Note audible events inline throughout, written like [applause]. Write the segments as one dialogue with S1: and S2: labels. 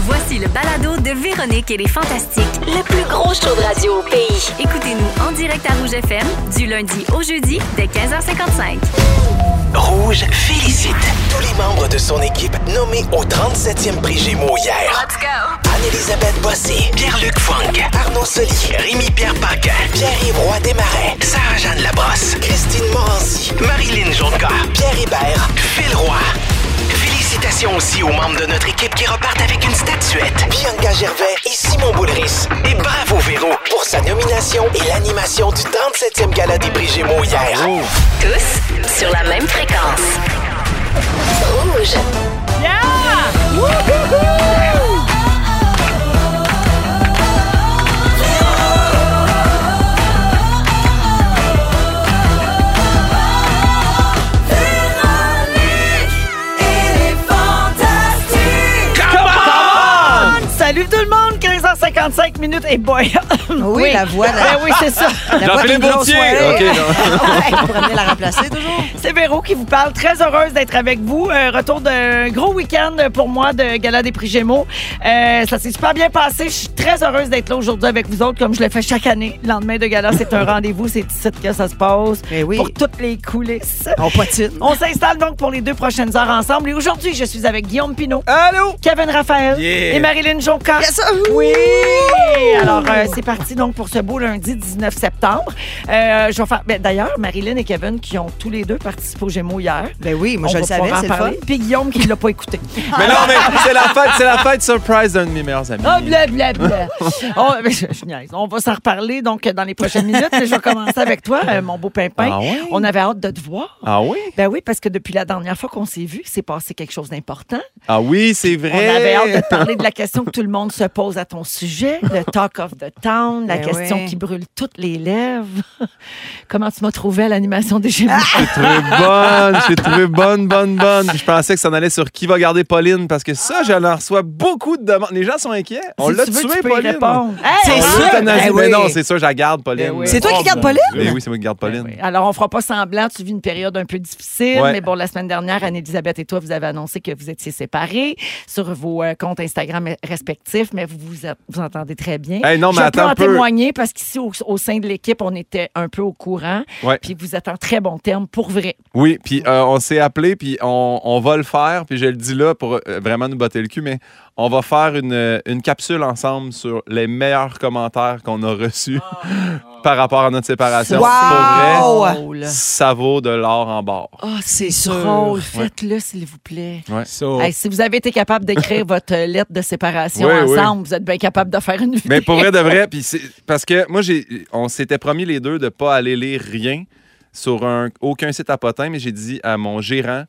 S1: Voici le balado de Véronique et les Fantastiques.
S2: Le plus gros show de radio au pays.
S1: Écoutez-nous en direct à Rouge FM du lundi au jeudi dès 15h55.
S3: Rouge félicite tous les membres de son équipe nommés au 37e prix Gémeaux hier.
S1: Let's go!
S3: Anne-Elisabeth Bossé, Pierre-Luc Funk, Arnaud Soli, Rémi-Pierre Paquin, Pierre-Yves Roy Desmarais, Sarah-Jeanne Labrosse, Christine Morancy, Marilyn Jonca, Pierre Hébert, Phil Roy. Félicitations aussi aux membres de notre équipe qui repartent avec une statuette. Bianca Gervais et Simon Boulris. Et bravo Véro pour sa nomination et l'animation du 37e gala des prix Gémeaux hier.
S2: Tous sur la même fréquence. Rouge.
S4: Salut tout le monde, 15h55 minutes. Et boy!
S5: [laughs] Oui, la voix. La,
S4: Ben oui, c'est ça.
S5: [laughs] la voix
S6: Jean-Philippe
S5: d'une grosse
S6: Gaultier.
S5: soirée. [laughs]
S6: Ok, non.
S5: Vous prenez la remplacer toujours.
S4: C'est Véro qui vous parle. Très heureuse d'être avec vous. Euh, retour d'un gros week-end pour moi de Gala des Prix Gémeaux. Euh, ça s'est super bien passé. Je suis très heureuse d'être là aujourd'hui avec vous autres, comme je le fais chaque année. Le lendemain de Gala,
S5: [laughs]
S4: c'est un rendez-vous. C'est ici que ça se passe.
S5: Ben oui. Oh.
S4: Pour toutes les coulisses.
S5: On patine.
S4: On s'installe donc pour les deux prochaines heures ensemble. Et aujourd'hui, je suis avec Guillaume Pinot.
S6: Allô?
S4: Kevin Raphaël
S6: Yeah.
S4: et Marilyn Jonca.
S5: Yes, sir.
S4: oui! Alors, euh, c'est parti donc pour ce beau lundi 19 septembre. Euh, je vais faire. ben, D'ailleurs, Marilyn et Kevin qui ont tous les deux participé au Gémeaux hier.
S5: Ben oui, moi
S4: On
S5: je le
S4: va
S5: savais,
S4: pouvoir en
S5: c'est le fun.
S4: parler. Puis Guillaume qui ne l'a pas
S5: [laughs]
S4: écouté.
S6: Mais non, mais c'est la fête, c'est la fête surprise d'un de mes meilleurs amis.
S4: Ah, blablabla. Oh, [laughs] mais je- je niaise. On va s'en reparler donc dans les prochaines minutes. Mais je vais commencer avec toi, euh, mon beau pimpin.
S6: Ah ouais?
S4: On avait hâte de te voir.
S6: Ah oui?
S4: Ben oui, parce que depuis la dernière fois qu'on s'est vu, c'est passé quelque chose d'important.
S6: Ah oui, c'est
S4: On
S6: vrai.
S4: avait hâte de te parler de la question que tout le monde se pose à ton sujet,
S6: [laughs]
S4: le talk of the town,
S6: Eh
S4: la
S5: Ben
S4: question
S5: ouais.
S4: qui brûle toutes les lèvres. [laughs] Comment tu m'as trouvé à l'animation des
S6: Ah!
S4: Gémeaux?
S6: Trouvé bonne, j'ai trouvé bonne, bonne, bonne. Puis je pensais que ça en allait sur qui va garder Pauline parce que ça, j'en reçois beaucoup de demandes. Les gens sont inquiets. On
S4: Si
S6: l'a
S4: tu veux,
S6: tué,
S4: tu peux y
S6: Pauline.
S4: répondre. Hey,
S5: C'est
S6: On
S4: on-
S6: l'a
S5: sûr,
S6: euthanasiée.
S5: ben
S6: mais
S5: oui.
S6: non, c'est sûr, je la garde, Pauline.
S4: Ben oui.
S5: C'est toi qui
S6: Oh,
S5: gardes
S6: mon
S5: Pauline?
S6: Dieu. Ben oui, c'est moi qui garde Pauline.
S4: Oui. Alors, on fera pas semblant, tu vis une période un peu difficile,
S6: Ouais.
S4: mais bon, la semaine dernière, Anne-Elisabeth et toi, vous avez annoncé que vous étiez séparés sur vos euh, comptes Instagram respectifs, mais vous vous, a- vous entendez très bien.
S6: Hey, non, mais
S4: Je peux
S6: attends
S4: en
S6: un peu.
S4: témoigner parce qu'ici, au, au sein de l'équipe, on était un peu au courant,
S6: Ouais.
S4: puis vous êtes en très bon terme pour vrai.
S6: Oui, puis euh, on s'est appelé, puis on, on va le faire, puis je le dis là pour euh, vraiment nous botter le cul, mais on va faire une, euh, une capsule ensemble sur les meilleurs commentaires qu'on a reçus [laughs] par rapport à notre séparation. Pour
S5: Wow!
S6: vrai, ça vaut de l'or en barre.
S5: Ah, c'est
S4: Drôle,
S5: sûr.
S4: faites-le, s'il vous plaît.
S6: Ouais.
S4: Hey, si vous avez été capable
S6: [laughs]
S4: d'écrire votre euh, lettre de séparation
S6: Oh. Oui, oui.
S4: ensemble, vous êtes bien capable de faire une
S5: [laughs]
S4: vie.
S6: Mais pour vrai de vrai, puis c'est- parce que moi, j'ai, on s'était promis les deux de pas aller lire rien sur un, aucun site à potin, mais j'ai dit à mon gérant,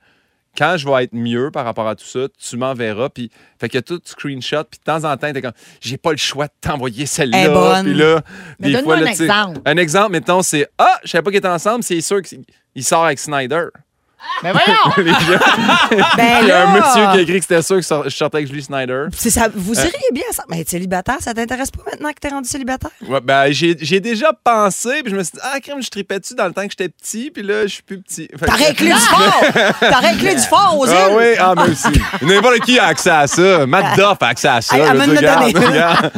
S6: quand je vais être mieux par rapport à tout ça, tu m'enverras. Puis, fait que tout screenshot, puis de temps en temps, t'es comme, j'ai pas le choix de t'envoyer celle-là.
S5: Elle est bonne.
S6: Puis là,
S4: Mais
S6: des
S4: donne-nous
S6: fois, là,
S4: un
S6: tu sais,
S4: exemple.
S6: Un exemple, mettons, c'est, ah, je savais pas qu'ils étaient ensemble, c'est sûr qu'il sort avec Snyder.
S4: Mais voyons!
S6: [laughs] Les gars,
S5: Ben
S6: il y a un monsieur
S5: là.
S6: qui a écrit que c'était sûr que je sort- je sortais avec Julie Snyder.
S5: C'est ça, vous seriez bien ça. Mais être célibataire, ça t'intéresse pas maintenant que t'es rendu célibataire?
S6: Ouais, ben, j'ai j'ai déjà pensé, puis je me suis dit, ah, crème, je tripais dessus dans le temps que j'étais petit, puis là, je suis plus petit. Fait que-
S5: T'as réclé du fort! [laughs] T'as réclé du fort aux [laughs] îles!
S6: Ah oui, ah, mais [laughs] aussi. N'importe qui a accès à ça. Matt Duff a accès à ça.
S5: Hey,
S6: je veux
S5: amène-le
S6: dire, regarde,
S5: donner.
S4: [laughs]
S6: regarde.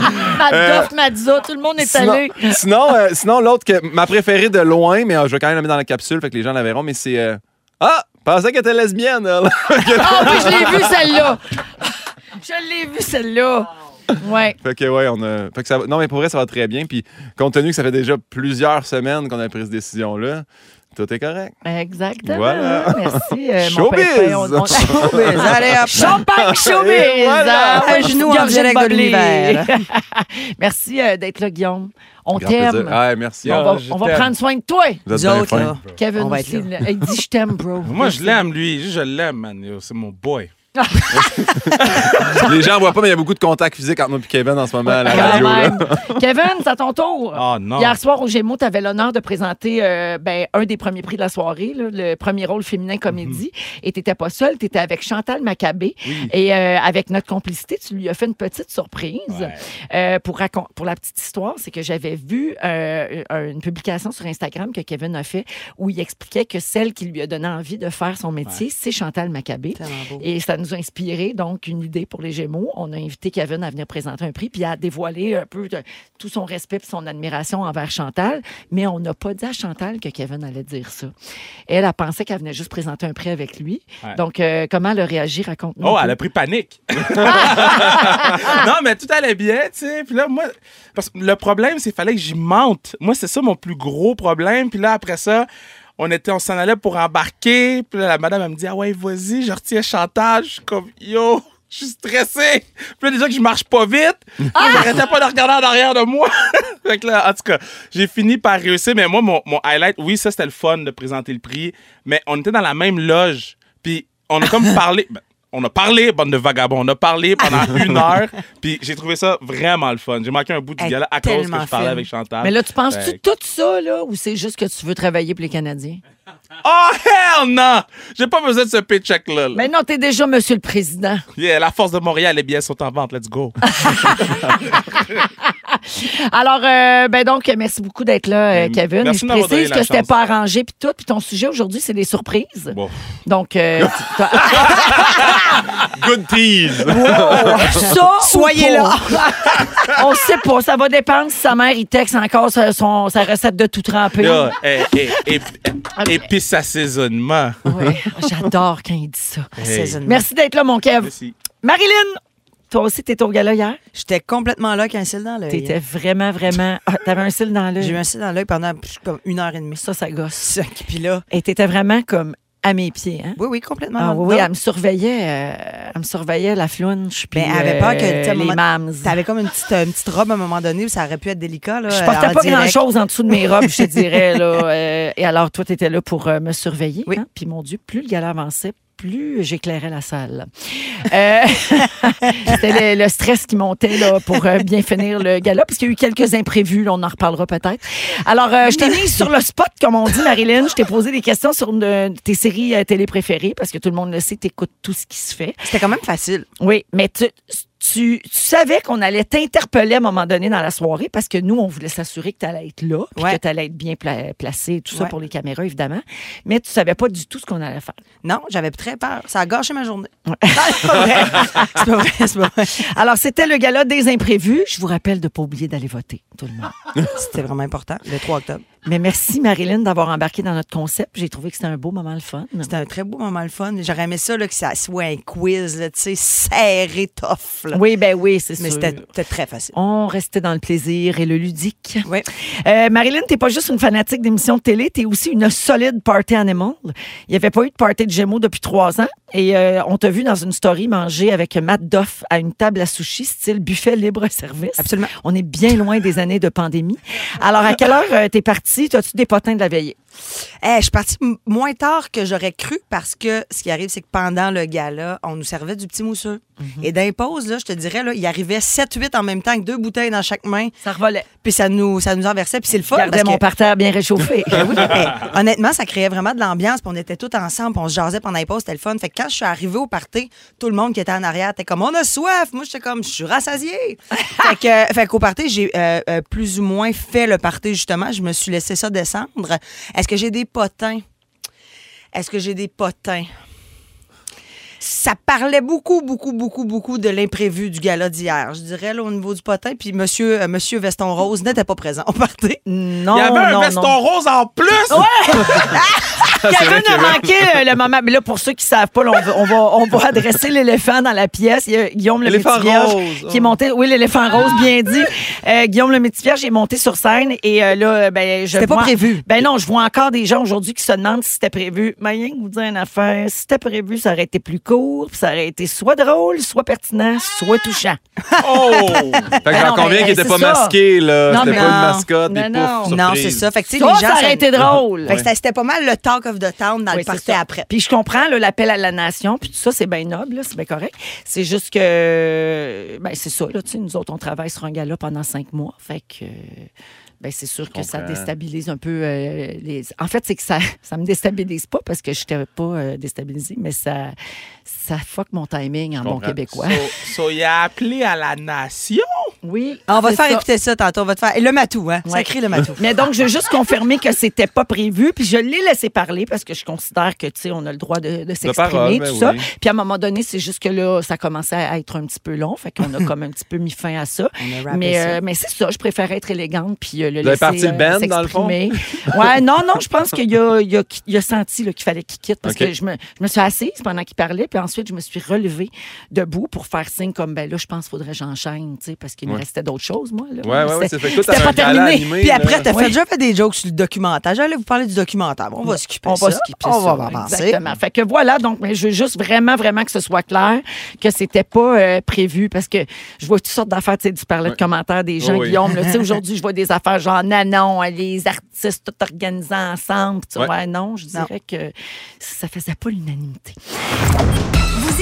S6: Euh.
S4: Madoff, Mazza, tout le monde est
S6: Sinon,
S4: allé.
S6: sinon, euh, sinon, l'autre que ma préférée de loin, mais euh, je vais quand même la mettre dans la capsule, fait que les gens la verront, mais c'est. euh, Ah! Pensais qu'elle était lesbienne, elle. [laughs]
S4: Ah oui, je l'ai vu celle-là. Je l'ai vu celle-là. Ouais.
S6: fait que, ouais, on a. Fait que ça va- Non, mais pour vrai, ça va très bien. Puis, compte tenu que ça fait déjà plusieurs semaines qu'on a pris cette décision-là, tout est correct.
S4: Exactement.
S6: Voilà.
S4: Merci, euh, mon
S6: Showbiz.
S4: pépin. On- on-
S6: [laughs]
S5: Showbiz, Oh, allez hop!
S4: Champagne showbiz.
S6: Et voilà.
S4: Ah, ouais,
S5: Un genou en
S4: Guillaume
S5: direct de
S4: Boblé.
S5: l'univers.
S4: [laughs] Merci euh, d'être là, Guillaume. On
S6: Grand plaisir.
S4: t'aime.
S6: Ah, merci.
S4: On va,
S6: Ah, je
S4: on va
S6: t'aime.
S4: prendre soin de toi.
S6: Vous êtes
S5: Nous
S6: bien
S5: autres,
S6: fins.
S5: là.
S4: Kevin
S5: On va
S4: aussi.
S5: être
S4: là. Il dit je t'aime, bro.
S7: [laughs] Moi, je l'aime, lui. Je l'aime, man. C'est mon boy.
S6: Les gens voient pas, mais il y a beaucoup de contacts physiques entre moi et Kevin en ce moment à la
S4: Quand
S6: radio. là.
S4: même. [laughs] Kevin, c'est à ton tour.
S7: Ah, non.
S4: Hier soir, au Gémeaux, tu avais l'honneur de présenter euh, ben, un des premiers prix de la soirée, là, le premier rôle féminin comédie.
S7: Mhm.
S4: Et tu n'étais pas seul, tu étais avec Chantal Maccabé. Et euh, avec notre complicité, tu lui as fait une petite surprise.
S7: Ouais.
S4: Euh, pour, racon- pour la petite histoire, c'est que j'avais vu euh, euh, une publication sur Instagram que Kevin a fait où il expliquait que celle qui lui a donné envie de faire son métier, c'est Chantal Maccabé.
S5: Tellement beau.
S4: Et ça nous a inspiré, donc, une idée pour les Gémeaux, on a invité Kevin à venir présenter un prix puis à dévoiler un peu de- tout son respect et son admiration envers Chantal. Mais on n'a pas dit à Chantal que Kevin allait dire ça. Elle, elle pensait qu'elle venait juste présenter un prix avec lui.
S7: Ouais.
S4: Donc, euh, comment elle a réagi, raconte-nous.
S7: Oh,
S4: un peu.
S7: elle a pris panique. non, mais tout allait bien, tu sais. Puis là, moi, parce que le problème, c'est qu'il fallait que j'y mente. Moi, c'est ça mon plus gros problème. Puis là, après ça, on était, on s'en allait pour embarquer. Puis là, la madame, elle me dit, ah ouais, vas-y, je retiens chantage. Je suis comme, yo. Je suis stressé. Puis là, déjà que je marche pas vite, j'arrêtais pas de regarder en arrière de moi. [laughs] fait que là, en tout cas, j'ai fini par réussir. Mais moi, mon, mon highlight, oui, ça, c'était le fun de présenter le prix. Mais on était dans la même loge. Puis on a comme parlé. ben, on a parlé, bande de vagabonds. On a parlé pendant une heure. Puis j'ai trouvé ça vraiment le fun. J'ai manqué un bout du
S5: Elle
S7: gala à
S5: est
S7: cause que
S5: tellement
S7: je parlais
S5: fine.
S7: avec Chantal.
S4: Mais là, tu penses-tu
S7: Fait que-
S4: tout ça, là, ou c'est juste que tu veux travailler pour les Canadiens?
S7: Oh, hell non! J'ai pas besoin de ce paycheck-là. là.
S4: Mais non, t'es déjà Monsieur le Président.
S7: Yeah, la force de Montréal, les billets sont en vente. Let's go.
S4: Alors, euh, ben donc, merci beaucoup d'être là, euh,
S7: Mm,
S4: Kevin.
S7: merci
S4: je
S7: de m'avoir donné
S4: précise
S7: la
S4: que c'était
S7: chance.
S4: pas arrangé puis tout. Puis ton sujet aujourd'hui, c'est les surprises.
S7: Bon.
S4: Donc,
S7: [laughs]
S4: euh, tu- t'as-
S6: Good tease!
S5: Ah,
S4: ça, ou
S5: Soyez
S4: pas. [laughs] On sait pas. Ça va dépendre si sa mère il texte encore sa, son- sa recette de tout tremper.
S7: Là, eh, eh, eh, eh, épices assaisonnement.
S4: Ouais, Ah, j'adore quand il dit ça.
S5: Saisonnement.
S4: Merci d'être là, mon Kev.
S7: Merci.
S4: Marilyn, toi aussi, t'étais au gala hier.
S5: J'étais complètement là avec un cil dans l'œil.
S4: T'étais vraiment, vraiment. Ah, T'avais un cil dans
S5: J'ai eu
S4: l'œil.
S5: un cil dans l'œil pendant plus comme une heure et demie. [laughs]
S4: Ça, ça gosse.
S5: Sac, Puis là,
S4: Et t'étais vraiment comme à mes pieds, hein?
S5: oui, oui, complètement.
S4: Ah
S5: dans le
S4: oui, oui,
S5: dos.
S4: elle me surveillait, euh, elle me surveillait la flounche. puis,
S5: Ben, elle avait peur que,
S4: euh,
S5: tu sais, à un
S4: les
S5: moment-
S4: mams.
S5: T'avais comme une petite, euh, une petite robe à un moment donné où ça aurait pu être délicat. Là,
S4: Je
S5: euh,
S4: portais
S5: en
S4: pas
S5: direct.
S4: grand-chose en dessous de mes robes, je
S5: [laughs]
S4: te dirais. Là. Euh, et alors, toi, tu étais là pour euh, me surveiller.
S5: Oui.
S4: hein. Puis, mon Dieu, plus le gala avançait, plus j'éclairais la salle. Euh, [laughs] C'était le, le stress qui montait là, pour euh, bien finir le gala, parce qu'il y a eu quelques imprévus. là, on en reparlera peut-être. Alors, euh, je t'ai mise sur le spot, comme on dit, Marilyn. Je t'ai posé des questions sur une- tes séries euh, télé préférées, parce que tout le monde le sait, t'écoutes tout ce qui se fait.
S5: C'était quand même facile.
S4: Oui, mais tu, tu, tu savais qu'on allait t'interpeller à un moment donné dans la soirée parce que nous, on voulait s'assurer que tu allais être là, puis
S5: Ouais.
S4: que tu allais être bien pla- placé, et tout ça
S5: Ouais.
S4: pour les caméras, évidemment. Mais tu savais pas du tout ce qu'on allait faire.
S5: Non, j'avais très peur. Ça a gâché ma journée. Non, [laughs] c'est pas vrai. C'est pas vrai, c'est pas vrai.
S4: Alors, c'était le gala des imprévus. Je vous rappelle de pas oublier d'aller voter, tout le
S5: [laughs]
S4: monde.
S5: C'était vraiment important, le 3 octobre.
S4: mais merci, Marilyn, d'avoir embarqué dans notre concept. J'ai trouvé que c'était un beau moment, le fun.
S5: C'était un très beau moment, le fun. J'aurais aimé ça, là, que ça soit un quiz, là, tu sais, serré, tough. là.
S4: Oui, ben oui, c'est sûr.
S5: Mais c'était c'était très facile.
S4: On restait dans le plaisir et le ludique.
S5: Oui.
S4: Euh, Marilyn, t'es pas juste une fanatique d'émissions de télé, t'es aussi une solide party animal. Il n'y avait pas eu de party de Gémeaux depuis trois ans. Et euh, on t'a vu dans une story manger avec Matt Doff à une table à sushi, style buffet libre-service.
S5: Absolument.
S4: On est bien loin des années de pandémie. Alors, à quelle heure euh, t'es partie? T'as-tu des potins de la veillée?
S5: Eh, je suis partie m- moins tard que j'aurais cru parce que ce qui arrive, c'est que pendant le gala, on nous servait du petit mousseux.
S4: Mhm.
S5: Et d'impose, là, je te dirais, là, il arrivait 7-8 en même temps avec deux bouteilles dans chaque main.
S4: Ça revolait.
S5: Puis ça nous, ça nous enversait. Puis c'est le fun.
S4: Gardais
S5: parce
S4: mon
S5: que-
S4: parterre bien réchauffé.
S5: [laughs] Ben oui, mais honnêtement, ça créait vraiment de l'ambiance. Puis on était tous ensemble. puis on se jasait pendant les pauses. C'était le fun. Fait que quand je suis arrivée au party, tout le monde qui était en arrière était comme, on a soif. Moi, j'étais comme, je suis rassasiée. fait que- fait qu'au party, j'ai euh, euh, plus ou moins fait le party, justement. Je me suis laissé ça descendre. Est-ce que j'ai des potins? Est-ce que j'ai des potins? Ça parlait beaucoup, beaucoup, beaucoup, beaucoup de l'imprévu du gala d'hier. Je dirais, là, au niveau du potin. Puis monsieur, euh, monsieur Veston Rose n'était pas présent au party.
S4: Non,
S7: Il y avait un
S4: Oh, non,
S7: veston
S4: non.
S7: rose en plus!
S6: Ah,
S4: Kevin a manqué euh, le moment. Mais là, pour ceux qui savent pas, là, on, va, on, va, on va adresser l'éléphant dans la pièce. Il y a Guillaume le
S6: L'éléphant
S4: Métivierge
S6: rose. oh.
S4: qui est monté. Oui, l'éléphant rose, bien dit. Euh, Guillaume le Métivierge est monté sur scène et euh, là, euh, ben, je.
S5: C'était pas
S4: vois-
S5: prévu.
S4: Ben non, je vois encore des gens aujourd'hui qui se demandent si c'était prévu. Mais rien que vous dire une affaire, si c'était prévu, ça aurait été plus court, puis ça aurait été soit drôle, soit pertinent, soit touchant.
S7: Oh!
S6: Fait que
S4: Ben
S6: j'en
S4: non, mais
S6: conviens qu'il
S4: c'est
S6: était pas
S4: ça.
S6: masqué, là.
S4: Non,
S6: C'était
S4: mais
S6: pas une
S5: non.
S6: mascotte,
S4: Non,
S6: des
S4: non.
S6: poufs,
S5: Non,
S6: surprise.
S5: c'est Oh, ça. Fait que, tu sais,
S4: Ça,
S5: les gens.
S4: ça aurait été drôle.
S5: Fait que c'était- c'était pas mal le talk of the town dans
S4: Oui,
S5: le
S4: c'est
S5: party
S4: ça.
S5: après.
S4: Puis je comprends là, l'appel à la nation, puis tout ça, c'est bien noble, là, c'est bien correct. C'est juste que, ben, c'est ça, là, tu sais, nous autres, on travaille sur un gala pendant cinq mois, fait que, euh, ben, c'est sûr que ça
S6: comprends.
S4: déstabilise un peu euh, les... En fait, c'est que ça [laughs] ça me déstabilise pas parce que je n'étais pas euh, déstabilisée, mais ça, ça fuck mon timing en bon
S6: comprends.
S4: québécois.
S7: So, so, il a appelé à la nation?
S4: Oui.
S5: Ah, on va te
S4: c'est
S5: faire
S4: ça.
S5: écouter ça tantôt. On va te faire. Et le matou, hein?
S4: Ouais.
S5: Sacré le [laughs] matou.
S4: Mais donc, je veux juste confirmer que c'était pas prévu, puis je l'ai laissé parler parce que je considère que, tu sais, on a le droit de, de
S6: parole,
S4: s'exprimer,
S6: ben
S4: tout
S6: oui.
S4: ça. Puis à un moment donné, c'est juste que là, ça commençait à être un petit peu long, fait qu'on a comme un petit peu mis fin à ça.
S5: On a rappé
S4: Mais,
S5: ça.
S4: euh, mais c'est ça, je préfère être élégante, puis euh, le
S6: Vous avez
S4: laisser
S6: parti le
S4: euh,
S6: band, dans le fond?
S4: s'exprimer. Ouais, non, non, je pense qu'il a, il a, il a senti là, qu'il fallait qu'il quitte parce
S6: OK.
S4: que je me, je me suis assise pendant qu'il parlait, puis ensuite, je me suis relevée debout pour faire signe comme, ben là, je pense qu'il faudrait que j'enchaîne, tu sais, parce qu'il me
S6: Ouais.
S4: restait d'autres choses, moi. Là.
S6: Ouais, ouais, ouais, c'est fait que toi,
S4: C'était
S6: t'avais
S4: pas
S6: un gala
S4: terminé.
S6: animé,
S5: Puis
S6: là.
S5: après, t'as fait
S4: Oui.
S5: déjà fait des jokes sur le documentaire. J'allais vous parler du documentaire. On va skipper
S4: On
S5: ça.
S4: va skipper
S5: on
S4: ça.
S5: va avancer.
S4: Exactement. Fait que voilà, donc, mais je veux juste vraiment, vraiment que ce soit clair, que c'était pas euh, prévu, parce que je vois toutes sortes d'affaires, tu sais, tu parlais de commentaires des gens,
S6: Oui.
S4: Guillaume,
S6: [laughs]
S4: là, tu sais, aujourd'hui, je vois des affaires genre nanon, euh, les artistes tout organisés ensemble, tu sais,
S6: Ouais.
S4: ouais, non, je dirais que ça faisait pas l'unanimité.
S1: Vous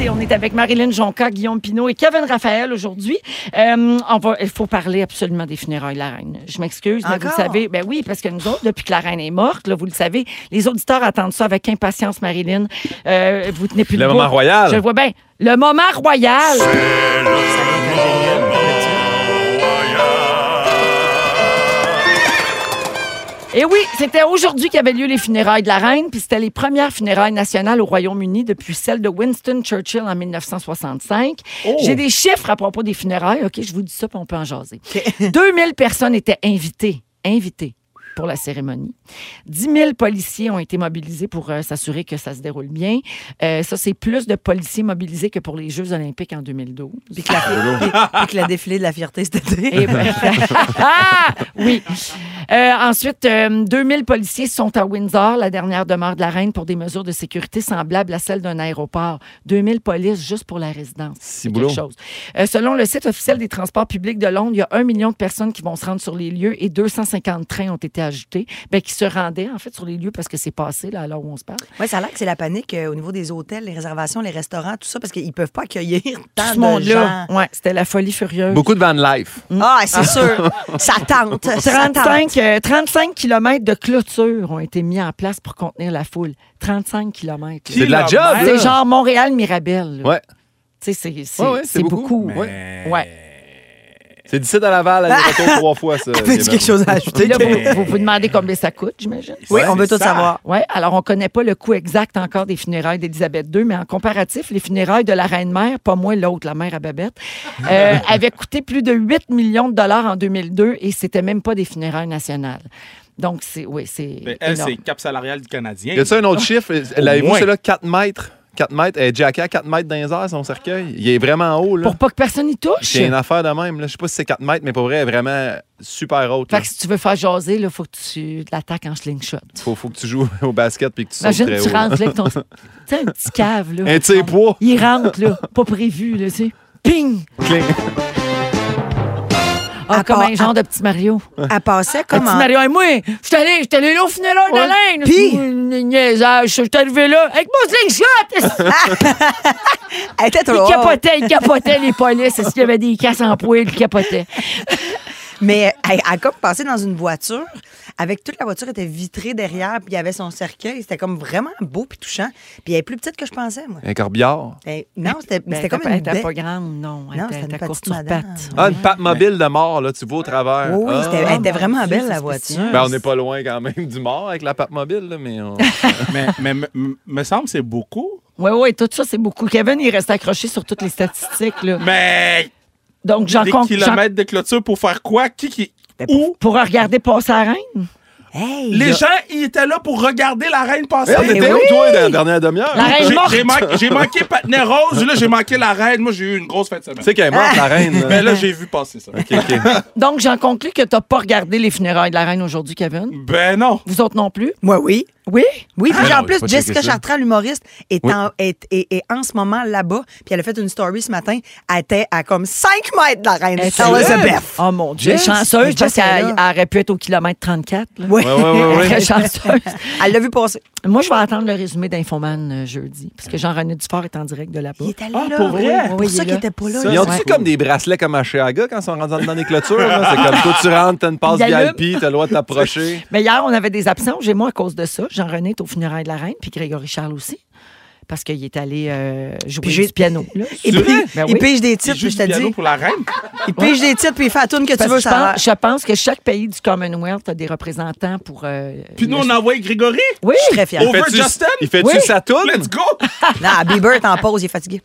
S4: Et on est avec Marilyn Jonca, Guillaume Pinault et Kevin Raphaël aujourd'hui. Euh, on va, il faut parler absolument des funérailles de la reine. Je m'excuse, mais vous
S5: Encore?
S4: le savez, ben oui, parce que nous autres, depuis que la reine est morte, là, vous le savez, les auditeurs attendent ça avec impatience, Marilyn. Euh, vous tenez plus
S6: Le
S4: debout.
S6: moment royal.
S4: Je le vois bien. Le moment royal. Et Eh oui, c'était aujourd'hui qu'avaient lieu les funérailles de la reine, puis c'était les premières funérailles nationales au Royaume-Uni depuis celles de Winston Churchill en 1965.
S6: Oh.
S4: J'ai des chiffres à propos des funérailles. OK, je vous dis ça, puis on peut en jaser. 2000 personnes étaient invitées, invitées pour la cérémonie. 10 000 policiers ont été mobilisés pour euh, s'assurer que ça se déroule bien. Euh, ça, c'est plus de policiers mobilisés que pour les Jeux olympiques en 2012.
S5: Puis que, la, puis que le défilé de la fierté cet été.
S4: Eh
S5: [laughs]
S4: ben, [laughs] ah, oui. Euh, ensuite, euh, 2000 policiers sont à Windsor, la dernière demeure de la reine, pour des mesures de sécurité semblables à celles d'un aéroport. 2000 polices juste pour la résidence. C'est
S6: boulot.
S4: quelque chose. Euh, selon le site officiel des transports publics de Londres, il y a un million de personnes qui vont se rendre sur les lieux et 250 trains ont été ajoutés, ben, qui se rendaient en fait sur les lieux parce que c'est passé là, à l'heure où on se parle.
S5: Oui, ça a l'air que c'est la panique euh, au niveau des hôtels, les réservations, les restaurants, tout ça, parce qu'ils peuvent pas accueillir [laughs] tant
S4: Tout ce
S5: de gens.
S4: monde-là, ouais, c'était la folie furieuse.
S6: Beaucoup de van life.
S5: Ah, c'est [laughs] sûr. ça tente. Ça tente.
S4: 35, euh, 35 km de clôture ont été mis en place pour contenir la foule. 35 km.
S6: C'est de la job,
S7: Kilomètres.
S6: là.
S4: C'est genre Montréal-Mirabel. là.
S6: Ouais.
S4: Tu sais, c'est- c'est
S6: Ouais, ouais, c'est
S4: c'est beaucoup.
S6: beaucoup.
S4: Ouais.
S6: C'est d'ici à Laval, aller
S4: Ah!
S6: retour trois fois,
S4: [laughs]
S6: ça.
S5: T'as-tu
S6: Kevin?
S5: quelque chose à
S4: Puis
S5: ajouter?
S4: là, vous, vous vous demandez combien ça coûte, j'imagine.
S5: Oui, on
S7: C'est
S5: veut tout
S7: ça.
S6: Ah.
S5: savoir.
S4: Oui, alors on ne connaît pas le coût exact encore des funérailles d'Élisabeth II, mais en comparatif, les funérailles de la reine-mère, pas moins l'autre, la mère à
S6: [laughs]
S4: Babette, euh, avaient coûté plus de 8 millions de dollars en 2002 et c'était même pas des funérailles nationales. Donc, c'est oui, c'est
S7: Ben, elle,
S4: énorme.
S7: c'est cap salarial du Canadien.
S6: Y a-tu un
S4: Ah!
S6: autre chiffre? L'avez-vous,
S7: moins.
S6: celui-là, 4 mètres? 4 mètres. Eh, Jackie à 4 mètres dans les airs, son cercueil. Il est vraiment haut, là.
S4: Pour pas que personne y touche.
S6: hein? C'est une affaire de même, là. Je sais pas si c'est 4 mètres, mais pour vrai, elle est vraiment super haute. là.
S4: Fait que si tu veux faire jaser, il faut que tu l'attaques en slingshot.
S6: Faut, faut que tu joues [laughs] au basket puis que tu sautes
S4: Imagine,
S6: très
S4: tu
S6: haut. là.
S4: rentres là avec ton. Tu sais, un petit cave, là.
S6: Un petit poids.
S4: Il rentre, là. Pas prévu, là, tu sais. Ping!
S6: Cling.
S4: Ah,
S5: À
S4: comme
S5: part-
S4: un genre de petit Mario.
S5: Elle passait
S4: Un petit
S5: comment?
S4: Mario et moi, j'étais allé, j'étais allé là au funérail
S5: Ouais.
S4: de
S5: Puis?
S4: Puis? Niaisage, j'étais arrivé là avec mon slingshot!
S5: Elle était trop
S4: Il
S5: haute.
S4: capotait, il capotait les polices. Est-ce qu'il y avait des casses en poil? Il capotait.
S5: Mais elle, elle a comme passé dans une voiture avec toute la voiture était vitrée derrière, puis il y avait son cercueil. C'était comme vraiment beau puis touchant. Puis elle est plus petite que je pensais, moi.
S6: Un corbillard.
S5: Elle- non, c'était
S4: Ben,
S5: c'était comme
S4: elle
S5: une
S4: était
S5: baie.
S4: pas grande, non. Elle
S5: Non,
S4: était-
S5: c'était
S4: elle
S5: une
S4: était
S5: petite
S4: courte sur
S5: madame.
S4: pattes.
S6: Ah, une patte mobile de mort, là. Tu vois au travers.
S5: Oui, oui,
S6: Ah.
S5: c'était- elle était vraiment belle, la voiture.
S6: Ben, on n'est pas loin quand même du mort avec la patte mobile, là, mais on-
S5: [laughs]
S7: mais mais me- me- me semble que c'est beaucoup.
S4: Oui, oui, tout ça, c'est beaucoup. Kevin, il reste accroché sur toutes les statistiques. Là.
S7: Mais
S4: Donc, j'en
S7: des
S4: compte. j'en-
S7: kilomètres de clôture pour faire quoi? Qui qui. Où?
S4: Pour regarder passer la reine?
S5: Hey,
S7: Les
S5: là,
S7: gens, ils étaient là pour regarder la reine passer.
S6: Hey, Eh, on était où, toi, dans la dernière demi-heure?
S4: La reine
S7: J'ai-
S4: morte.
S7: J'ai manqué, j'ai manqué Patnais Rose, là, j'ai manqué la reine. Moi, j'ai eu une grosse fin de semaine.
S6: Tu sais qu'elle est morte, la reine.
S7: [laughs] Mais
S6: là.
S7: là, j'ai vu passer ça.
S6: OK, OK.
S4: Donc, j'en conclus que t'as pas regardé les funérailles de la reine aujourd'hui, Kevin.
S7: Ben non.
S4: Vous autres non plus?
S5: Moi, oui.
S4: Oui?
S5: Oui, puis en
S6: Ah, non,
S5: plus,
S6: j'ai pas
S5: Jessica
S6: checké ça.
S5: Chartrand, l'humoriste, est,
S6: Oui.
S5: en, est, est- est en ce moment là-bas. Puis elle a fait une story ce matin. Elle était à comme 5 mètres de la reine
S4: Elle était
S5: Elizabeth.
S4: Oh mon Dieu,
S5: Yes.
S4: chanceuse,
S5: Jess
S4: parce
S5: est
S4: qu'elle
S5: là.
S4: elle aurait pu être au kilomètre 34. Là.
S5: Oui.
S6: Ouais, ouais, ouais, ouais.
S4: Très chanceuse.
S5: [laughs]
S4: [laughs]
S5: Elle l'a vu passer.
S4: Moi, je vais attendre le résumé d'Infoman euh, jeudi, parce que Jean-René Dufort est en direct de là-bas.
S5: Il est allé
S7: Ah,
S5: là.
S7: pour vrai?
S5: C'est pour ça qu'il était pas là.
S6: Ils
S4: Ils
S5: là.
S6: ont-tu comme des bracelets comme à Chiaga quand ils sont rendus dans les clôtures? là? C'est comme toi, tu rentres, t'as une passe
S4: Ils allument.
S6: VIP, t'as le droit de t'approcher.
S4: Mais hier, on avait des absences, j'ai moi à cause de ça. Jean-René est au funérail de la reine, puis Grégory Charles aussi, parce qu'il est allé euh, jouer
S5: Puis j'ai-
S4: du piano. là.
S5: Il, pi-
S7: C'est vrai?
S4: Ben
S5: il
S4: oui.
S5: pige des
S7: Il
S5: titres,
S7: joue
S5: puis je
S7: du
S5: te
S7: piano
S5: dis.
S7: pour la reine.
S5: Il pige des titres, puis il fait la tune que tu
S4: Parce
S5: veux,
S4: que je,
S5: ça a
S4: pense,
S5: l'air.
S4: je pense que chaque pays du Commonwealth a des représentants pour. euh,
S7: Puis nous,
S4: le-
S7: on envoie Grégory.
S4: Oui!
S5: Je suis très fière.
S7: Over
S6: Fais-tu-
S7: Justin?
S6: Il fait-tu
S4: Oui.
S6: sa toune?
S7: Let's go!
S5: Là, Bieber est en pause, il est fatigué.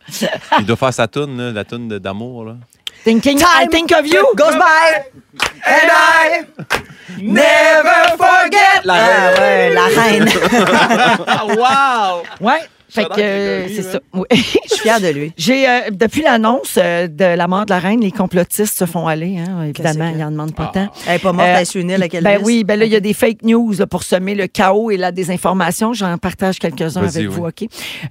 S6: Il doit faire sa toune, là, la toune de- d'amour. là.
S4: Thinking, I think of you!
S5: Goes by! And I never forget! La reine! Ah la reine.
S7: Ah, wow!
S4: Ouais! Fait
S7: Shout out
S4: que euh,
S7: Grégory,
S4: c'est
S7: hein.
S4: ça. Oui. [laughs]
S5: Je suis fière de lui.
S4: J'ai euh, depuis l'annonce euh, de la mort de la reine, les complotistes se font aller, hein, évidemment,
S5: Classique, hein.
S4: ils en demandent
S6: Ah.
S4: pas tant.
S5: Elle est pas morte,
S4: Euh,
S5: elle est sur une île avec
S4: Ben
S5: Elvis.
S4: oui, ben là, il y a des fake news là, pour semer le chaos et la désinformation. J'en partage quelques-uns
S6: Vas-y,
S4: avec
S6: oui.
S4: vous, OK?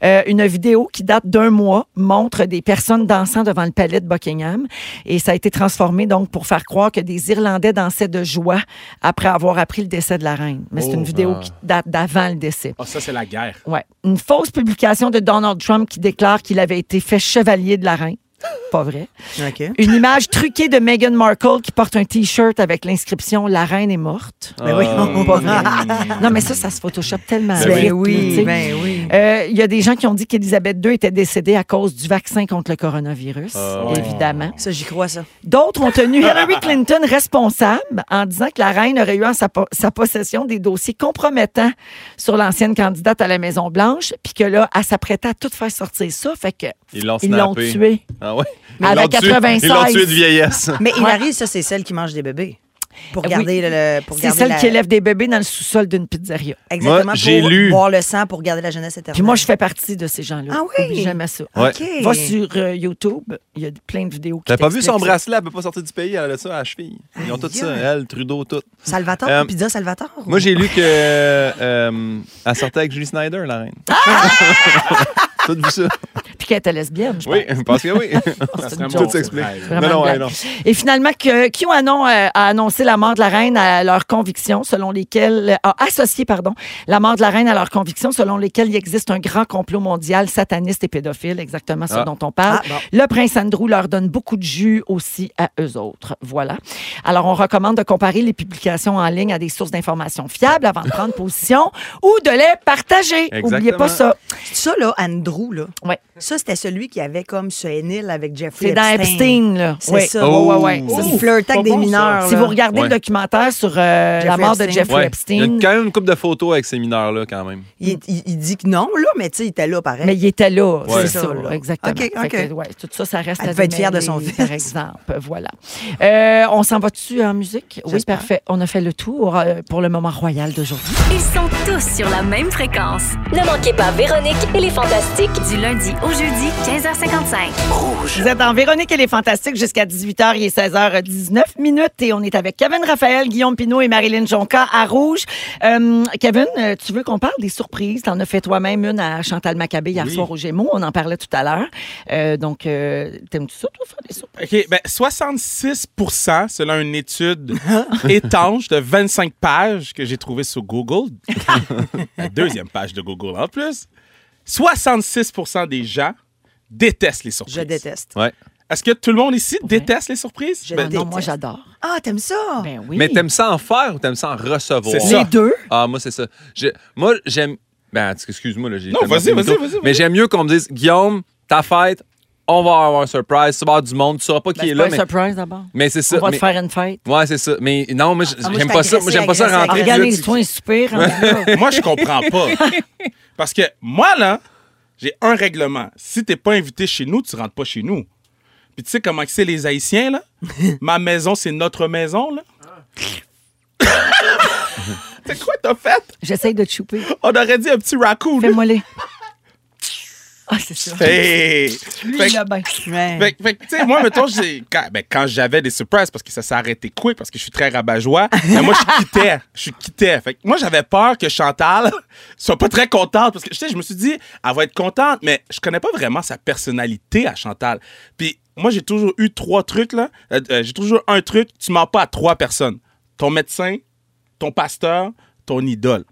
S4: Euh, une vidéo qui date d'un mois montre des personnes dansant devant le palais de Buckingham. Et ça a été transformé, donc, pour faire croire que des Irlandais dansaient de joie après avoir appris le décès de la reine. Mais c'est
S7: Oh,
S4: une vidéo
S6: ah.
S4: qui date d'avant le décès.
S7: Ah, ça, c'est la guerre.
S4: Ouais. Une fausse publication de Donald Trump qui déclare qu'il avait été fait chevalier de la reine. [laughs] Pas vrai.
S5: OK.
S4: Une image truquée de Meghan Markle qui porte un T-shirt avec l'inscription La reine est morte.
S5: Ben oui,
S6: Ah.
S5: pas vrai.
S4: [laughs] Non, mais ça, ça se Photoshop tellement. vite,
S6: Ben
S5: [laughs] Ben
S4: là, ben tu sais.
S5: oui, ben oui.
S4: Euh, Il y a des gens qui ont dit qu'Élisabeth II était décédée à cause du vaccin contre le coronavirus,
S5: Ah,
S6: Oh.
S4: évidemment.
S5: Ça, j'y crois, ça.
S4: D'autres ont tenu Hillary Clinton responsable en disant que la reine aurait eu en sa, po- sa possession des dossiers compromettants sur l'ancienne candidate à la Maison-Blanche, puis que là, elle s'apprêtait à tout faire sortir ça, fait que
S6: Ils l'ont
S4: ils l'ont
S6: snappé.
S4: tuée.
S6: Ah ouais? Ils
S4: À la
S6: l'ont tué- Ils l'ont
S4: 96.
S6: tué de vieillesse.
S5: Mais Hilary, ça, c'est celle qui mange des bébés. Pour
S4: Eh Oui.
S5: garder le. pour
S4: C'est
S5: garder
S4: celle
S5: la-
S4: qui élève des bébés dans le sous-sol d'une pizzeria.
S5: Exactement.
S6: Moi, j'ai
S5: pour
S6: lu.
S5: Boire le sang pour garder la jeunesse éternelle.
S4: Puis moi, je fais partie de ces gens-là.
S5: Ah oui?
S4: Oublie jamais ça.
S6: Ouais.
S5: OK.
S4: Va sur euh, YouTube, il y a plein de vidéos qui
S6: T'as pas vu son
S4: t'expliquent ça.
S6: bracelet, elle peut pas sortir du pays, elle a ça à la cheville. Ils ont tout ça,
S5: Aïe.
S6: elle, Trudeau, tout.
S5: Salvatore,
S6: Euh,
S5: pizza Salvatore.
S6: Moi, j'ai lu que euh, elle sortait avec Julie Snyder, la reine. [laughs] Tout vu ça?
S4: Puis qu'elle était lesbienne, je
S6: Oui, parce que oui.
S4: pense. C'est une
S7: serait
S4: joke.
S6: Tout s'explique.
S7: Ouais,
S4: Vraiment
S6: Non, non,
S4: une
S6: ouais,
S4: blague.
S6: non.
S4: Et finalement, que, QAnon euh, a annoncé la mort de la reine à leurs convictions, selon lesquelles euh, a associé pardon la mort de la reine à leurs convictions, selon lesquelles il existe un grand complot mondial sataniste et pédophile, exactement ce
S6: Ah.
S4: dont on parle. Le prince Andrew leur donne beaucoup de jus aussi à eux autres. Voilà. Alors on recommande de comparer les publications en ligne à des sources d'informations fiables avant de prendre position [laughs] ou de les partager.
S6: Exactement.
S4: Oubliez pas ça.
S5: Ça, là, Andrew, là.
S4: Ouais.
S5: Ça, c'était celui qui avait comme ce Enil avec Jeffrey
S4: C'est dans Epstein là.
S5: C'est
S4: Oui.
S5: ça.
S6: Oh.
S4: Ouais, ouais, ouais.
S5: Ça,
S7: Oh,
S5: il flirtait
S7: pas
S5: avec des
S7: bon, ça.
S5: mineurs.
S4: Si
S5: là.
S4: vous regardez
S6: Ouais.
S4: le documentaire sur euh, la
S5: Jeffrey
S4: mort de
S5: Epstein.
S4: Jeffrey
S6: Ouais. Il y a
S4: Epstein,
S6: quand même une couple de photos avec ces mineurs-là, quand même.
S5: il, il- il dit que non, là, mais tu sais, il était là pareil.
S4: mais il était là,
S6: Ouais.
S4: c'est ça, là, exactement.
S5: OK,
S4: Fait
S5: OK.
S4: que, ouais, tout ça, ça reste
S5: Elle
S4: à
S5: devait être fière de son
S4: démêler,
S5: fils.
S4: Par exemple, voilà. Euh, on s'en va-tu en musique? Oui,
S5: J'espère.
S4: parfait. On a fait le tour euh, pour le moment royal d'aujourd'hui.
S1: Ils sont tous sur la même fréquence.
S2: Ne manquez pas Véronique et les Fantastiques.
S1: Du lundi au jeudi, 15h55.
S4: Vous êtes en Véronique et les Fantastiques jusqu'à 18h, il est 16h19 minutes et on est avec Kevin Raphaël, Guillaume Pinot et Marilyn Jonca à Rouge. Euh, Kevin, euh, tu veux qu'on parle des surprises? T'en as fait toi-même une à Chantal Maccabé hier
S6: Oui.
S4: soir au Gémeaux, on en parlait tout à l'heure. Euh, donc, euh, t'aimes-tu ça, toi, faire des surprises?
S7: OK, ben 66 selon une étude étanche de 25 pages que j'ai trouvée sur Google, la deuxième page de Google en plus, 66 des gens détestent les surprises.
S5: Je déteste.
S6: Ouais.
S7: Est-ce que tout le monde ici déteste les surprises?
S5: Je
S7: Ben,
S5: déteste.
S4: non, moi, j'adore.
S5: Ah, t'aimes ça?
S4: Ben oui.
S6: Mais t'aimes ça en faire ou t'aimes ça en recevoir?
S7: C'est
S4: les
S7: ça. [laughs]
S4: deux?
S6: Ah, moi, c'est ça. J'ai- Moi, j'aime. Ben, excuse-moi, là. j'ai
S7: Non,
S6: tellement
S7: vas-y,
S6: fait mes
S7: vas-y,
S6: tours.
S7: vas-y,
S6: Mais
S7: vas-y.
S6: j'aime mieux qu'on me dise, Guillaume, ta fête, on va avoir un surprise. Tu vas avoir du monde, tu sauras pas qui
S4: Ben,
S6: est
S4: c'est
S6: là.
S4: pas un
S6: Mais,
S4: surprise d'abord.
S6: mais c'est ça.
S4: On va
S6: mais-
S4: te faire une fête.
S6: Ouais, c'est ça. Mais non, moi, j-
S5: moi,
S6: j'aime
S5: je
S6: pas
S5: suis
S6: ça. Moi, j'aime pas ça
S5: agressée,
S7: Ah,
S6: rentrer.
S5: agressée, agressée.
S4: Organise-toi un soupir. en tout cas.
S7: moi, je comprends pas. Parce que moi, là, j'ai un règlement. Si t'es pas invité chez nous, tu rentres pas chez nous. Puis tu sais comment que c'est les
S4: [laughs]
S7: Haïtiens, là? Ma maison, c'est notre maison, là.
S4: Ah.
S7: [laughs] c'est quoi t'as fait?
S4: J'essaye de te chouper.
S7: On aurait dit un petit raccoon.
S4: Fais-moi les. Ah, c'est ça.
S7: Hey!
S4: Lui,
S7: Fait que-
S4: il a bien.
S5: Ouais.
S7: Fait, fait que, tu sais, moi, mettons, j'ai- quand, ben, quand j'avais des surprises, parce que ça s'est arrêté quick, parce que je suis très rabat-joie, ben, moi, je quittais. Je quittais. Fait que moi, j'avais peur que Chantal [laughs] soit pas très contente, parce que, tu sais, je me suis dit, elle va être contente, mais je connais pas vraiment sa personnalité à Chantal. Puis, moi, j'ai toujours eu trois trucs, là. Euh, euh, j'ai toujours un truc, tu mens pas à trois personnes. Ton médecin, ton pasteur, ton idole.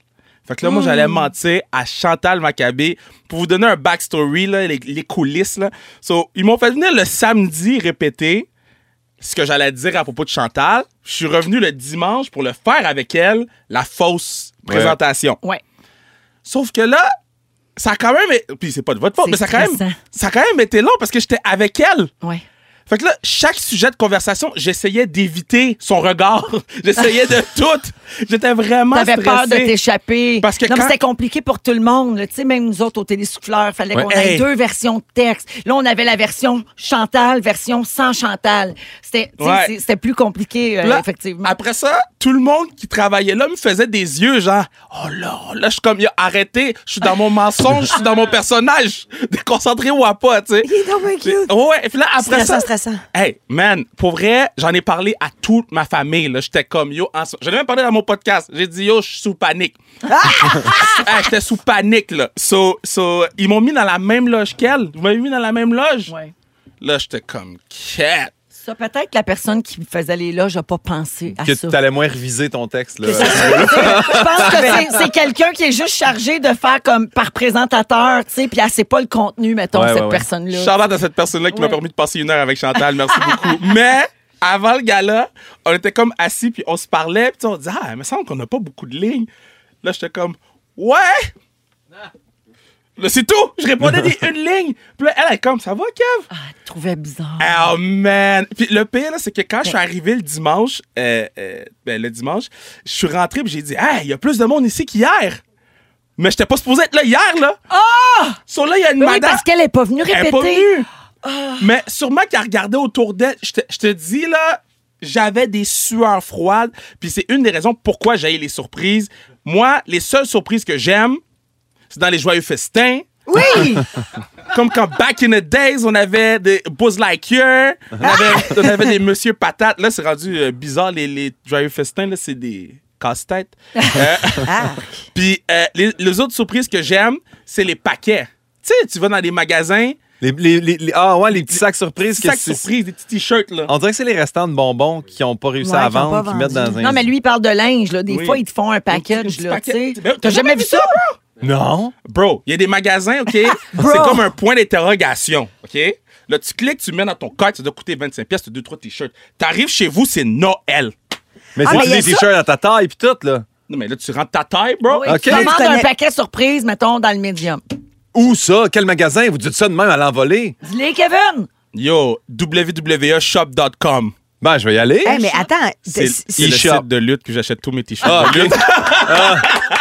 S7: Fait que là, moi,
S4: Hmm.
S7: j'allais mentir à Chantal Maccabé pour vous donner un backstory, là, les, les coulisses. Là. So, ils m'ont fait venir le samedi répéter ce que j'allais dire à propos de Chantal. Je suis revenu le dimanche pour le faire avec elle, la fausse
S6: Ouais.
S7: présentation.
S4: Ouais.
S7: Sauf que là, ça a quand même. Puis c'est pas de votre faute,
S4: C'est
S7: mais ça a, quand même,
S4: stressant.
S7: ça a quand même été long parce que j'étais avec elle.
S4: Ouais.
S7: Fait que là, chaque sujet de conversation, j'essayais d'éviter son regard. [laughs] J'essayais
S4: [laughs]
S7: de tout. J'étais vraiment
S4: T'avais peur de
S7: stressé.
S4: t'échapper.
S7: Parce que
S4: non, mais
S7: quand-
S4: c'était compliqué pour tout le monde. là. Tu sais, même nous autres, au télésouffleur, fallait qu'on
S7: Ouais.
S4: ait
S7: Hey.
S4: deux versions de texte. Là, on avait la version Chantal, version sans Chantal. C'était tu sais,
S7: Ouais.
S4: c'est- c'était plus compliqué, euh,
S7: Là,
S4: effectivement.
S7: Après ça, tout le monde qui travaillait là me faisait des yeux, genre, oh là, là, je suis comme, Yo, arrêtez, je suis dans mon mensonge, je
S5: [laughs]
S7: suis dans mon personnage, déconcentré ou à pas, tu sais.
S5: Il est donc bien cute.
S7: Ouais, et puis là, après
S5: Stressant,
S7: ça.
S5: stressant.
S7: Hey, man, pour vrai, j'en ai parlé à toute ma famille, là. J'étais comme, yo, en... j'en ai même parlé dans mon podcast. J'ai dit, yo, je suis sous panique.
S5: Ah!
S7: [laughs] Hey, j'étais sous panique, là. So, so, ils m'ont mis dans la même loge qu'elle. Vous m'avez mis dans la même loge?
S4: Ouais.
S7: Là, j'étais comme, quête.
S4: Ça, peut-être que la personne qui faisait les loges n'a pas pensé à
S6: Que
S4: ça.
S6: tu allais moins réviser ton texte. Là.
S4: Je pense que c'est- c'est quelqu'un qui est juste chargé de faire comme par présentateur, tu sais, puis elle sait pas le contenu, mettons,
S6: Ouais,
S4: cette
S6: ouais, ouais.
S4: personne-là.
S7: Charlotte à cette personne-là qui m'a
S4: Ouais.
S7: permis de passer une heure avec Chantal. Merci beaucoup. [laughs] Mais avant le gala, on était comme assis, puis on se parlait, puis tu sais, on disait, ah, il me semble qu'on n'a pas beaucoup de lignes. Là, j'étais comme, ouais! Là, c'est tout! Je répondais des
S4: [laughs]
S7: une ligne. Puis là, elle est comme, ça va, Kev?
S4: Ah, elle trouvait bizarre.
S7: Oh man! Puis le pire, là, c'est que quand je suis arrivé le dimanche, euh, euh, ben, le dimanche, je suis rentré et j'ai dit, hey, il y a plus de monde ici qu'hier! Mais j'étais pas supposé être là hier, là! Ah! Sur là, il y a une
S4: Oui,
S7: madame.
S4: parce qu'elle est pas venue
S7: Elle est
S4: répéter.
S7: pas venue.
S6: Ah.
S7: Mais sûrement qu'elle regardait autour d'elle. Je te, je te dis, là, j'avais des sueurs froides. Puis c'est une des raisons pourquoi j'ai les surprises. Moi, les seules surprises que j'aime, c'est dans les joyeux festins.
S5: Oui!
S7: Comme quand back in the days, on avait des Buzz Like You, on avait, on avait des Monsieur Patate. Là, c'est rendu euh, bizarre, les, les joyeux festins, là, c'est des
S6: [laughs]
S7: casse-têtes. Euh,
S5: Ah,
S7: Puis euh, les, les autres surprises que j'aime, c'est les paquets. Tu sais, tu vas dans des magasins,
S6: Les, les- les- les- ah ouais, les petits sacs surprises.
S7: petits
S6: que
S7: sacs
S6: c'est-
S7: surprises, des petits t-shirts, là.
S6: On dirait que c'est les restants de bonbons qui n'ont pas réussi
S5: Ouais,
S6: à
S5: qui ont pas
S6: vendre, qui
S5: vendu.
S6: mettent dans un.
S4: Non, mais lui, il parle de linge. Là. Des
S7: Oui.
S4: fois, ils te font un package.
S7: petit
S4: Là, tu sais.
S7: paquet. Ben,
S4: T'as jamais vu ça?
S7: bro?
S6: Non.
S7: Bro, il y a des magasins, [laughs] OK? c'est comme un point d'interrogation, OK? Là, tu cliques, tu mets dans ton code, ça doit coûter 25 pièces, tu as 2-3 t-shirts. T'arrives chez vous, c'est Noël.
S6: Mais
S5: Ah, mais
S6: c'est
S5: il y a
S6: des
S5: ça.
S6: t-shirts à ta taille puis tout, là.
S7: Non, mais là, tu rentres ta taille, bro.
S4: Oui,
S6: Ok.
S4: Tu demandes
S5: Je
S4: un
S5: connais.
S4: paquet surprise, mettons, dans le médium.
S6: Où ça? Quel magasin? Vous dites ça de même à l'envolée?
S4: Dis-les, Kevin!
S7: Yo, www.shop.com.
S6: Ben, je vais y aller.
S5: Hey, Eh, mais attends,
S7: C'est
S5: si-
S7: c'est le
S6: e-shop.
S7: site de lutte que j'achète tous mes t-shirts.
S6: Ah,
S7: de lutte.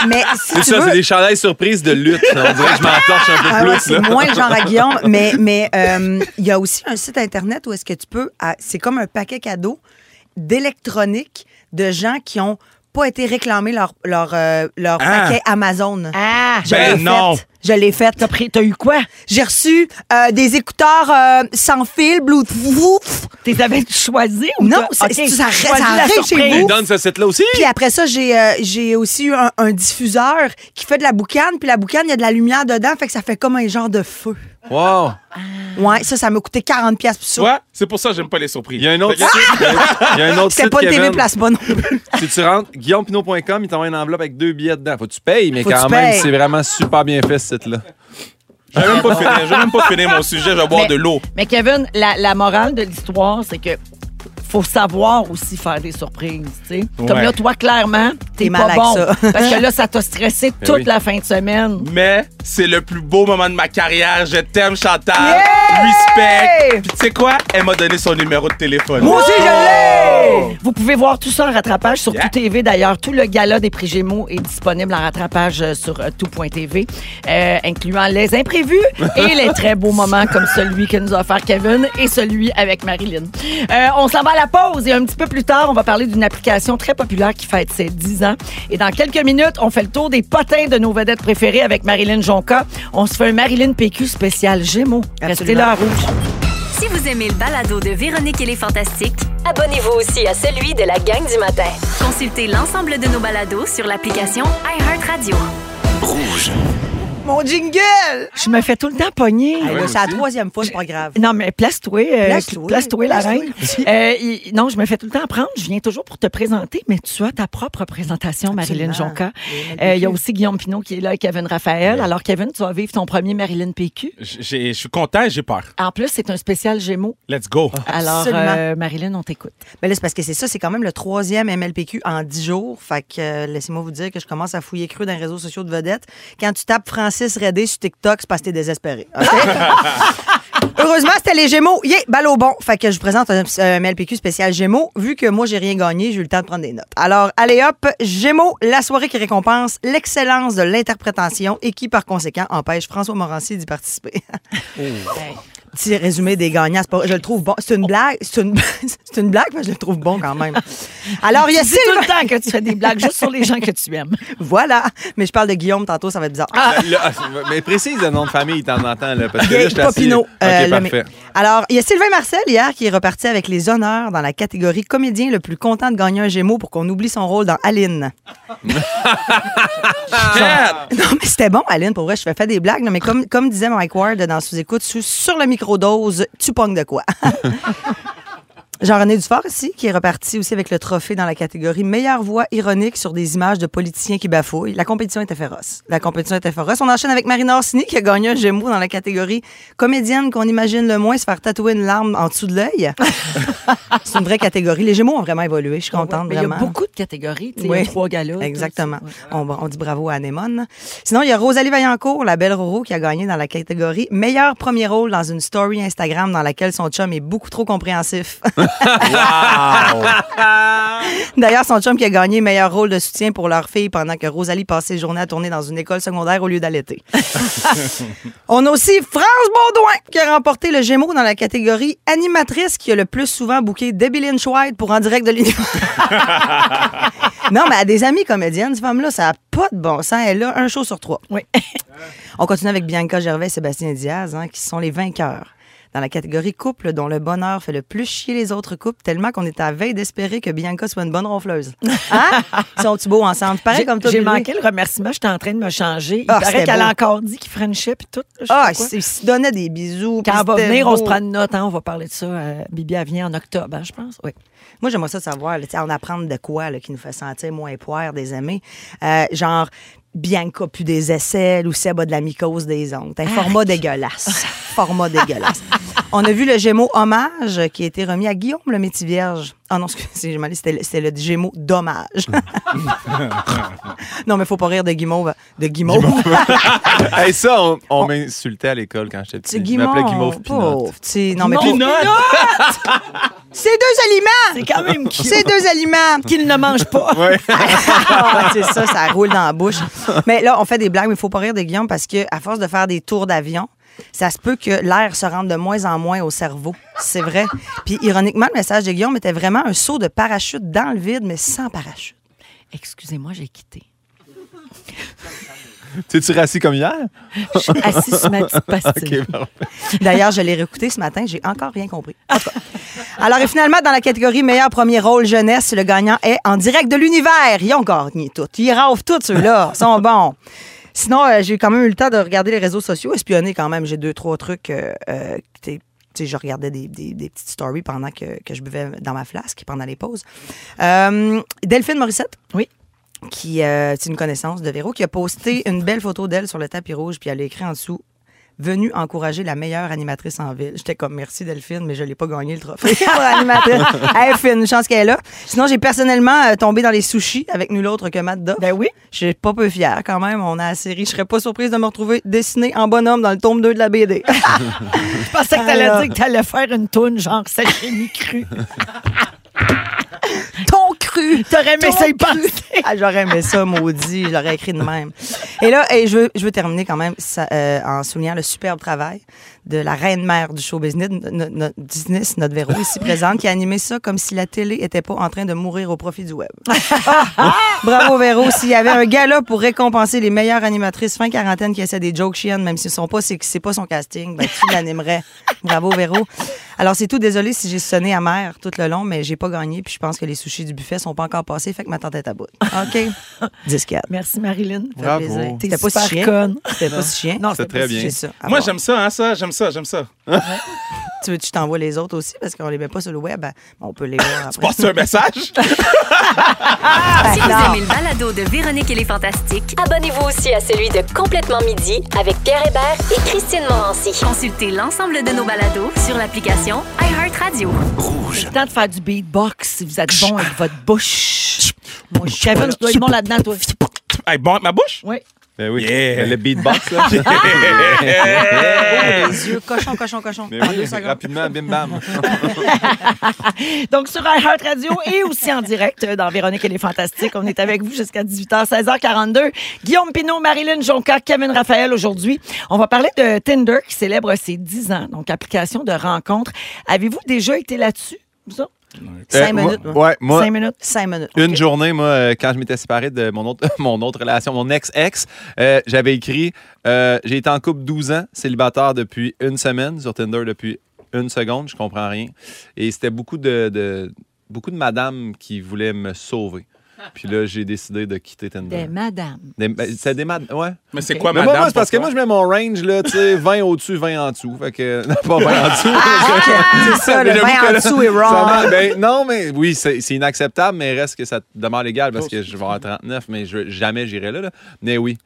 S5: mais si
S6: C'est
S5: tu
S6: ça, c'est
S5: veux,
S6: des chandails surprises de lutte. On dirait que je m'entorche un
S5: Ah
S6: peu
S5: ouais,
S6: plus,
S5: c'est
S6: là.
S5: moins le genre à Guillaume,
S7: [laughs]
S5: mais mais euh, il y a aussi un site internet où est-ce que tu peux, à- c'est comme un paquet cadeau d'électronique de gens qui ont pas été réclamés leur leur euh, leur
S7: Ah.
S5: paquet Amazon.
S4: Ah!
S5: Je
S7: Ben
S5: l'ai
S7: non.
S5: faite. Je l'ai faite.
S4: T'as pris- t'as eu quoi?
S5: J'ai reçu euh, des écouteurs euh, sans fil, Bluetooth.
S4: T'es avais choisi ou
S5: Non,
S4: t'as-
S5: c'est- c'est-
S4: Ok,
S5: ça
S4: choisis
S5: reste- ça
S4: la
S5: reste chez
S4: surprise.
S5: vous.
S6: Ils donnent ce site-là aussi?
S5: Puis après ça, j'ai euh, j'ai aussi eu un, un diffuseur qui fait de la boucane. Puis la boucane, il y a de la lumière dedans, fait que ça fait comme un genre de feu.
S6: Wow.
S5: Ouais, ça, ça m'a coûté 40$ pièces pour
S7: Tu
S5: ça.
S7: vois, c'est pour ça que j'aime pas les surprises.
S6: Il y a un autre site. euh, Il y a un autre
S5: C'était
S6: site,
S5: pas une TV
S6: Kevin.
S5: plasma non plus. [laughs]
S6: Si tu rentres, guillaumepinot.com, il t'envoie une enveloppe avec deux billets dedans. Faut que tu payes, mais
S5: Faut que
S6: quand
S5: tu
S6: même,
S5: payes.
S6: c'est vraiment super bien fait, ce site-là.
S7: Je vais même pas finir, je vais [laughs] même pas finir mon sujet, je vais boire
S4: Mais-
S7: de l'eau.
S4: Mais Kevin, la, la morale de l'histoire, c'est que faut savoir aussi faire des surprises, tu sais. Comme
S7: Ouais.
S4: là, toi, clairement, t'es
S5: T'es
S4: pas
S5: mal avec
S4: bon.
S5: ça.
S4: parce que là, ça t'a stressé
S6: [laughs] Ben
S4: toute
S6: oui.
S4: la fin de semaine.
S7: mais c'est le plus beau moment de ma carrière. Je t'aime, Chantal. Respect. Puis tu sais quoi? Elle m'a donné son numéro de téléphone.
S4: Moi aussi, je
S7: Oh!
S4: l'ai! Vous pouvez voir tout ça en rattrapage sur
S7: Yeah.
S4: Tout TV. D'ailleurs, tout le gala des prix Gémeaux est disponible en rattrapage euh, sur euh, tout.tv, euh, incluant les imprévus et les très beaux moments comme celui que nous a offert Kevin et celui avec Marilyn. Euh, on s'en va à la pause et un petit peu plus tard, on va parler d'une application très populaire qui fête ses 10 ans. Et dans quelques minutes, on fait le tour des potins de nos vedettes préférées avec Marilyn Jonca. On se fait un Marilyn PQ spécial Gémeaux. Restez là, à rouge.
S1: Si vous aimez le balado de Véronique et les Fantastiques,
S2: Abonnez-vous aussi à celui de la gang du matin.
S1: consultez l'ensemble de nos balados sur l'application iHeartRadio.
S5: Mon jingle!
S4: Je me fais tout le temps pogner.
S5: Hey, là,
S6: moi
S5: c'est la
S6: aussi.
S5: troisième fois, c'est pas grave.
S4: Non, mais place-toi. euh,
S5: Place-toi.
S4: place-toi, la
S5: Place-toi,
S4: reine.
S5: petit.
S4: Euh, il- non, je me fais tout le temps prendre. Je viens toujours pour te présenter, mais tu as ta propre présentation, Marilyn
S5: Absolument.
S4: Jonca.
S5: Et
S4: Euh, Il y a
S5: PQ.
S4: aussi Guillaume Pinot qui est là et Kevin Raphaël. Alors, Kevin, tu vas vivre ton premier Marilyn PQ.
S7: J'ai- Je suis content et j'ai peur.
S4: En plus, c'est un spécial Gémeaux.
S7: Let's go.
S4: Alors,
S5: Absolument.
S4: euh, Marilyn, on t'écoute.
S5: Mais là, c'est parce que c'est ça, c'est quand même le troisième MLPQ en dix jours. Fait que euh, laissez-moi vous dire que je commence à fouiller cru dans les réseaux sociaux de vedettes. Quand tu tapes Francis Redé sur TikTok, c'est parce que t'es désespéré.
S6: [laughs]
S5: OK? Heureusement, c'était les Gémeaux. Yeah, balle au bon. Fait que je vous présente un, un MLPQ spécial Gémeaux. Vu que moi, j'ai rien gagné, j'ai eu le temps de prendre des notes. Alors, allez hop, Gémeaux, la soirée qui récompense l'excellence de l'interprétation et qui, par conséquent, empêche François Morancy
S4: [laughs]
S5: d'y participer.
S4: Oh.
S5: petit résumé des gagnants. C'est pas- je le trouve bon. C'est une blague. C'est une, [laughs] c'est une blague, mais je le trouve bon quand
S4: [laughs]
S5: même. Alors, il y a
S4: C'est tout
S5: Sylvain.
S4: le temps que tu fais des blagues juste sur les gens que tu aimes.
S5: Voilà. Mais je parle de Guillaume tantôt, ça va être bizarre.
S4: Ah,
S6: Là, mais précise le nom de famille, t'en entends, là. Parce que là,
S5: Gaël
S6: je
S5: Papineau,
S6: t'assure.
S5: euh,
S6: OK,
S5: le
S6: parfait.
S5: mec. Alors, il y a Sylvain Marcel hier qui est reparti avec les honneurs dans la catégorie comédien le plus content de gagner un Gémeaux pour qu'on oublie son rôle dans
S6: [laughs]
S5: Aline. Non, mais c'était bon, Aline. Pour vrai, je fais faire des blagues, là, mais comme, comme disait Mike Ward dans Sous-écoute, sous- sur le microdose, tu pognes de quoi. Jean-René Dufort ici, qui est reparti aussi avec le trophée dans la catégorie meilleure voix ironique sur des images de politiciens qui bafouillent. La compétition était féroce. La compétition était féroce. On enchaîne avec Marina Orsini qui a gagné un Gémeaux dans la catégorie comédienne qu'on imagine le moins se faire tatouer une larme en dessous
S4: [laughs]
S5: de l'œil. C'est une vraie catégorie. Les Gémeaux ont vraiment évolué. Je suis contente
S4: Ah Mais
S5: vraiment.
S4: Il y a beaucoup de catégories. tu sais, Il y
S5: Oui.
S4: a trois galas. tout ça.
S5: Exactement. On, on dit bravo à Anémone. Sinon, il y a Rosalie Vaillancourt, la belle Roro, qui a gagné dans la catégorie meilleur premier rôle dans une story Instagram dans laquelle son chum est beaucoup trop compréhensif.
S6: [laughs]
S5: D'ailleurs, son chum qui a gagné meilleur rôle de soutien pour leur fille pendant que Rosalie passait ses journées à tourner dans une école secondaire au lieu d'allaiter. On a aussi France Baudouin qui a remporté le Gémeaux dans la catégorie animatrice qui a le plus souvent booké Debbie Lynch White pour en direct de l'univers.
S4: [laughs]
S5: non, mais à des amis comédiennes, cette femme-là, ça n'a pas de bon sens. Elle a un show sur trois.
S4: Oui.
S5: [laughs] On continue avec Bianca Gervais et Sébastien Diaz, hein, qui sont les vainqueurs. Dans la catégorie couple dont le bonheur fait le plus chier les autres couples, tellement qu'on est à veille d'espérer que Bianca soit une bonne ronfleuse. Hein?
S4: [laughs]
S5: Ils sont-ils beaux ensemble? Pareil
S4: J'ai-
S5: comme toi,
S4: J'ai
S5: Bibi.
S4: manqué le remerciement. J'étais en train de me changer. Il
S5: Ah,
S4: paraît
S5: c'était
S4: qu'elle
S5: beau.
S4: a encore dit qu'il friendship et tout. je sais
S5: Ah,
S4: pas quoi.
S5: ils ils se donnaient des bisous.
S4: Quand
S5: puis
S4: elle va
S5: c'était
S4: venir, on se
S5: beau.
S4: prend une note. hein, on va parler de ça. euh, Bibi, elle vient en octobre, hein, je pense. Oui.
S5: Moi, j'aimerais ça savoir, là, tu sais, en apprendre de quoi là, qui nous fait sentir moins poire des aimés. Euh, genre, Bianca plus des aisselles ou Seb a de la mycose des ongles. Un format dégueulasse. [laughs] Format dégueulasse. On a vu le Gémeaux hommage qui a été remis à Guillaume le métier vierge. Ah non, excusez, je m'en allais, c'était le- c'était le Gémeaux dommage. [laughs] non, mais faut pas rire de Guimauve. De Guimauve. [laughs]
S6: Hey, ça, on, on m'insultait à l'école quand j'étais
S5: Tu
S6: petit. Je m'appelais
S5: Guimauve.
S6: Guimauve Pinot.
S5: pauvre, tu sais, Non, mais
S4: Guimauve.
S5: [laughs] c'est deux aliments!
S4: C'est quand même cute
S5: C'est deux aliments!
S4: qu'il ne mange
S6: [laughs]
S4: pas.
S5: Ah, c'est ça, ça roule dans la bouche. Mais là, on fait des blagues, mais il faut pas rire des Guillaume parce que à force de faire des tours d'avion, ça se peut que l'air se rende de moins en moins au cerveau. C'est vrai. Puis ironiquement, le message de Guillaume était vraiment un saut de parachute dans le vide, mais sans parachute.
S4: Excusez-moi, j'ai
S5: [laughs]
S4: quitté.
S6: T'es-tu rassis comme hier?
S4: Je suis assise sur ma petite pastille.
S6: OK, parfait.
S5: [laughs] D'ailleurs, je l'ai réécouté ce matin, j'ai encore rien compris. En tout cas. Alors, et finalement, dans la catégorie meilleur premier rôle jeunesse, le gagnant est en direct de l'univers. Ils ont gagné tout. Ils raufent tous, ceux-là. Ils sont bons. Sinon, euh, j'ai quand même eu le temps de regarder les réseaux sociaux, espionner quand même. J'ai deux, trois trucs. euh, euh, tu sais, tu sais, je regardais des, des- des petites stories pendant que, que je buvais dans ma flasque, pendant les pauses. Euh, Delphine Morissette.
S4: Oui.
S5: Qui, euh, c'est une connaissance de Véro, qui a posté une belle photo d'elle sur le tapis rouge, puis elle a écrit en dessous venue encourager la meilleure animatrice en ville. J'étais comme merci Delphine, mais je l'ai pas gagné
S4: [laughs]
S5: le trophée pour animatrice. Hey, Fine, chance qu'elle est là. Sinon, j'ai personnellement euh, tombé dans les sushis avec nul autre que Matt Duff.
S4: Ben oui.
S5: Je suis pas peu fière quand même. On a assez ri. Je serais pas surprise de me retrouver dessinée en bonhomme dans le tome 2 de la BD.
S4: Je pensais que t'allais
S5: Alors.
S4: dire que t'allais faire une toune genre sashimi cru.
S5: [laughs] Ton cru!
S4: T'aurais aimé
S5: Ton
S4: ça y
S5: cru.
S4: penser.
S5: Ah, J'aurais aimé ça, maudit. Je l'aurais écrit de même. Et là, et je, veux, je veux terminer quand même ça, euh, en soulignant le superbe travail de la reine mère du show business, no- no- business, notre Véro ici présente, qui a animé ça comme si la télé était pas en train de mourir au profit du web. Bravo Véro, s'il y avait un gala pour récompenser les meilleures animatrices fin quarantaine qui essaient des jokes chiennes, même s'ils sont pas, c'est c'est pas son casting, ben, tu l'animerais. Bravo Véro. Alors c'est tout, désolé si j'ai sonné amer tout le long, mais j'ai pas gagné, puis je pense que les sushis du buffet sont pas encore passés, fait que ma tante est à bout. OK. 10
S4: Merci, Marilyn.
S6: Bravo.
S5: plaisir.
S4: T'es
S5: C'était pas
S4: super
S5: si chien.
S4: conne.
S5: C'était pas si chien.
S4: Non,
S6: C'est
S4: c'était
S6: très
S4: pas-
S6: bien.
S5: C'est ça.
S4: Ah
S5: À
S7: Moi,
S5: voir.
S7: j'aime ça, hein, ça. J'aime ça, j'aime ça.
S5: Tu veux que je t'envoie les autres aussi parce qu'on les met pas sur le web. Ben, On peut les voir après.
S7: Passe-tu
S4: [laughs]
S7: un message?
S1: Si vous
S5: non.
S1: aimez le balado de Véronique et les Fantastiques,
S2: Ah, Abonnez-vous aussi à celui de Complètement Midi avec Pierre Hébert et Christine Morancy.
S1: consultez l'ensemble de nos balados sur l'application iHeartRadio.
S4: C'est le temps de faire du beatbox si vous êtes bon avec votre bouche. Moi, je suis tu dois être bon là-dedans, toi.
S7: hey, bon, avec ma bouche?
S4: Oui.
S6: Ben oui.
S7: Yeah.
S6: Ben, Le beatbox, [laughs] là.
S5: Ouais, les yeux, cochon, cochon, cochon.
S6: Mais
S5: En
S6: Ben oui,
S5: deux secondes.
S6: rapidement,
S4: [laughs]
S6: bim bam.
S4: Donc, sur iHeart Radio et aussi en direct euh, dans Véronique et les Fantastiques, on est avec vous jusqu'à 18h, 16h42. Guillaume Pinot, Marilyn Jonca, Kevin Raphaël aujourd'hui. On va parler de Tinder qui célèbre ses 10 ans, donc application de rencontre. Avez-vous déjà été là-dessus? vous autres?
S5: Cinq
S6: Euh, moi-
S5: minutes, moi.
S6: Ouais, moi,
S4: Cinq minutes.
S5: Cinq minutes.
S6: Une journée, moi, euh, quand je m'étais séparé de mon autre, [laughs] mon autre relation, mon ex-ex, euh, j'avais écrit euh, J'ai été en couple 12 ans, célibataire depuis une semaine, sur Tinder depuis une seconde, je comprends rien. Et c'était beaucoup de, de- beaucoup de madames qui voulaient me sauver. Puis là, j'ai décidé de quitter Tinder.
S4: Des madames.
S6: Des- ben, C'était des madames, ouais.
S7: Mais c'est quoi,
S6: Mais moi,
S7: madame?
S6: moi, c'est parce que
S7: pour
S6: moi,
S7: toi?
S6: je mets mon range, là, tu sais, 20 au-dessus, 20 en dessous. Fait que, [laughs] non, pas 20 en dessous.
S5: Ah,
S6: [laughs]
S5: C'est ça, le
S6: Mais j'avoue
S5: vin
S6: que
S5: en
S6: là,
S5: dessous est
S6: ça
S5: wrong.
S6: m'a- ben, non, mais oui, c'est c'est inacceptable, mais reste que ça demeure légal parce
S7: Oh,
S6: que je vais avoir 39, mais je, jamais j'irai là, là. Mais oui.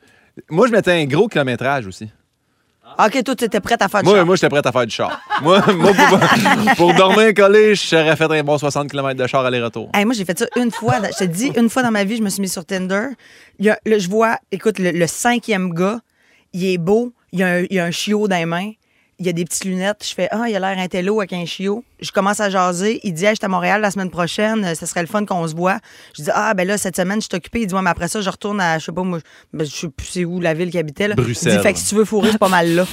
S6: Moi, je mettais un gros kilométrage aussi.
S5: Ah, OK, toi, tu étais prête à faire du
S6: Moi,
S5: char.
S6: moi j'étais prêt à faire du char. moi, [laughs] moi, pour, pour dormir collé, je serais fait un bon 60 km de char aller-retour.
S5: Hey, moi, j'ai fait ça une fois. Je te dis, une fois dans ma vie, je me suis mis sur Tinder. Il y a- là, je vois, écoute, le, le cinquième gars, il est beau, il y a un, il y a un chiot dans les mains, il y a des petites lunettes. Je fais, ah, il a l'air intello avec un chiot. Je commence à jaser. Il dit, hey, je suis à Montréal la semaine prochaine, euh, ce serait le fun qu'on se voit. Je dis, ah, ben là, cette semaine, je suis occupée. Il dit, ouais, mais après ça, je retourne à, je sais pas, moi, ben, je sais plus c'est où la ville qu'il habitait. là. Il
S6: Bruxelles.
S5: dit, fait que si tu veux fourrer, c'est pas mal là.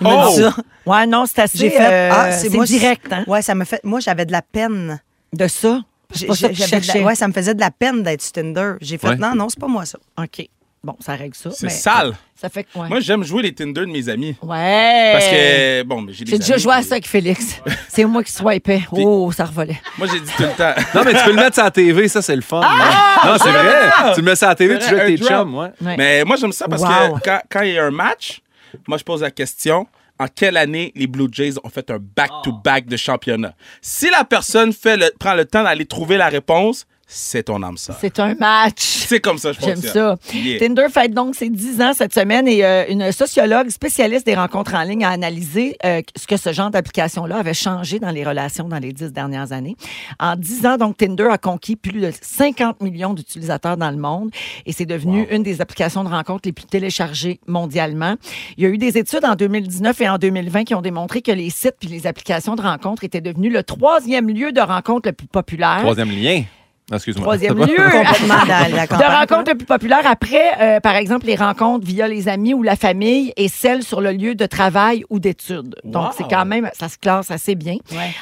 S5: Il m'a
S7: Oh!
S5: dit ça.
S4: Ouais, non, c'est assez.
S5: J'ai fait,
S4: euh,
S5: ah,
S4: c'est
S5: moi,
S4: direct, hein?
S5: Ouais, ça me fait, moi, j'avais de la peine.
S4: De ça.
S5: J'ai-
S4: C'est pas ça que
S5: j'ai-
S4: tu
S5: j'avais de la-
S4: cherchais.
S5: ouais, ça me faisait de la peine d'être sur Tinder. J'ai fait
S6: Ouais.
S5: non, non, c'est pas moi ça.
S4: [laughs] OK. Bon, ça règle ça.
S7: C'est
S4: mais-
S7: sale.
S4: Ça fait que. Ouais.
S7: Moi, j'aime jouer les Tinder de mes amis.
S4: Ouais.
S7: Parce que, bon, mais j'ai des
S4: J'ai déjà
S7: amis,
S4: joué à
S7: puis-
S4: ça avec Félix. [laughs] C'est moi qui swipais. Oh, ça revolait.
S7: Moi, j'ai dit tout le temps.
S6: Non, mais tu peux le mettre sur la TV, ça, c'est le fun.
S5: Ah!
S6: non, Non, c'est vrai. Tu le mets sur la TV, tu joues
S7: Un
S6: avec tes
S7: drop.
S6: chums, ouais.
S4: [laughs] Ouais.
S7: Mais moi, j'aime ça parce
S4: Wow.
S7: que quand, quand il y a un match, moi, je pose la question en quelle année les Blue Jays ont fait un back-to-back de championnat Si la personne fait le, prend le temps d'aller trouver la réponse, c'est ton âme sœur.
S4: C'est un match.
S7: C'est comme ça, je pense.
S4: J'aime ça.
S7: Yeah.
S4: Tinder fête donc ses 10 ans cette semaine et euh, une sociologue spécialiste des rencontres en ligne a analysé euh, ce que ce genre d'application-là avait changé dans les relations dans les 10 dernières années. En 10 ans, donc, Tinder a conquis plus de 50 millions d'utilisateurs dans le monde et c'est devenu une des applications de rencontres les plus téléchargées mondialement. Il y a eu des études en 2019 et en 2020 qui ont démontré que les sites puis les applications de rencontres étaient devenus le troisième lieu de rencontre le plus
S7: Hein?
S4: populaire.
S6: Troisième lien. Excuse-moi.
S4: Troisième
S6: [laughs]
S4: lieu. [laughs]
S5: Complètement dans la campagne.
S4: De rencontres le plus populaire après, euh, par exemple, les rencontres via les amis ou la famille et celles sur le lieu de travail ou d'études.
S7: Wow.
S4: Donc, c'est quand même, ça se classe assez bien.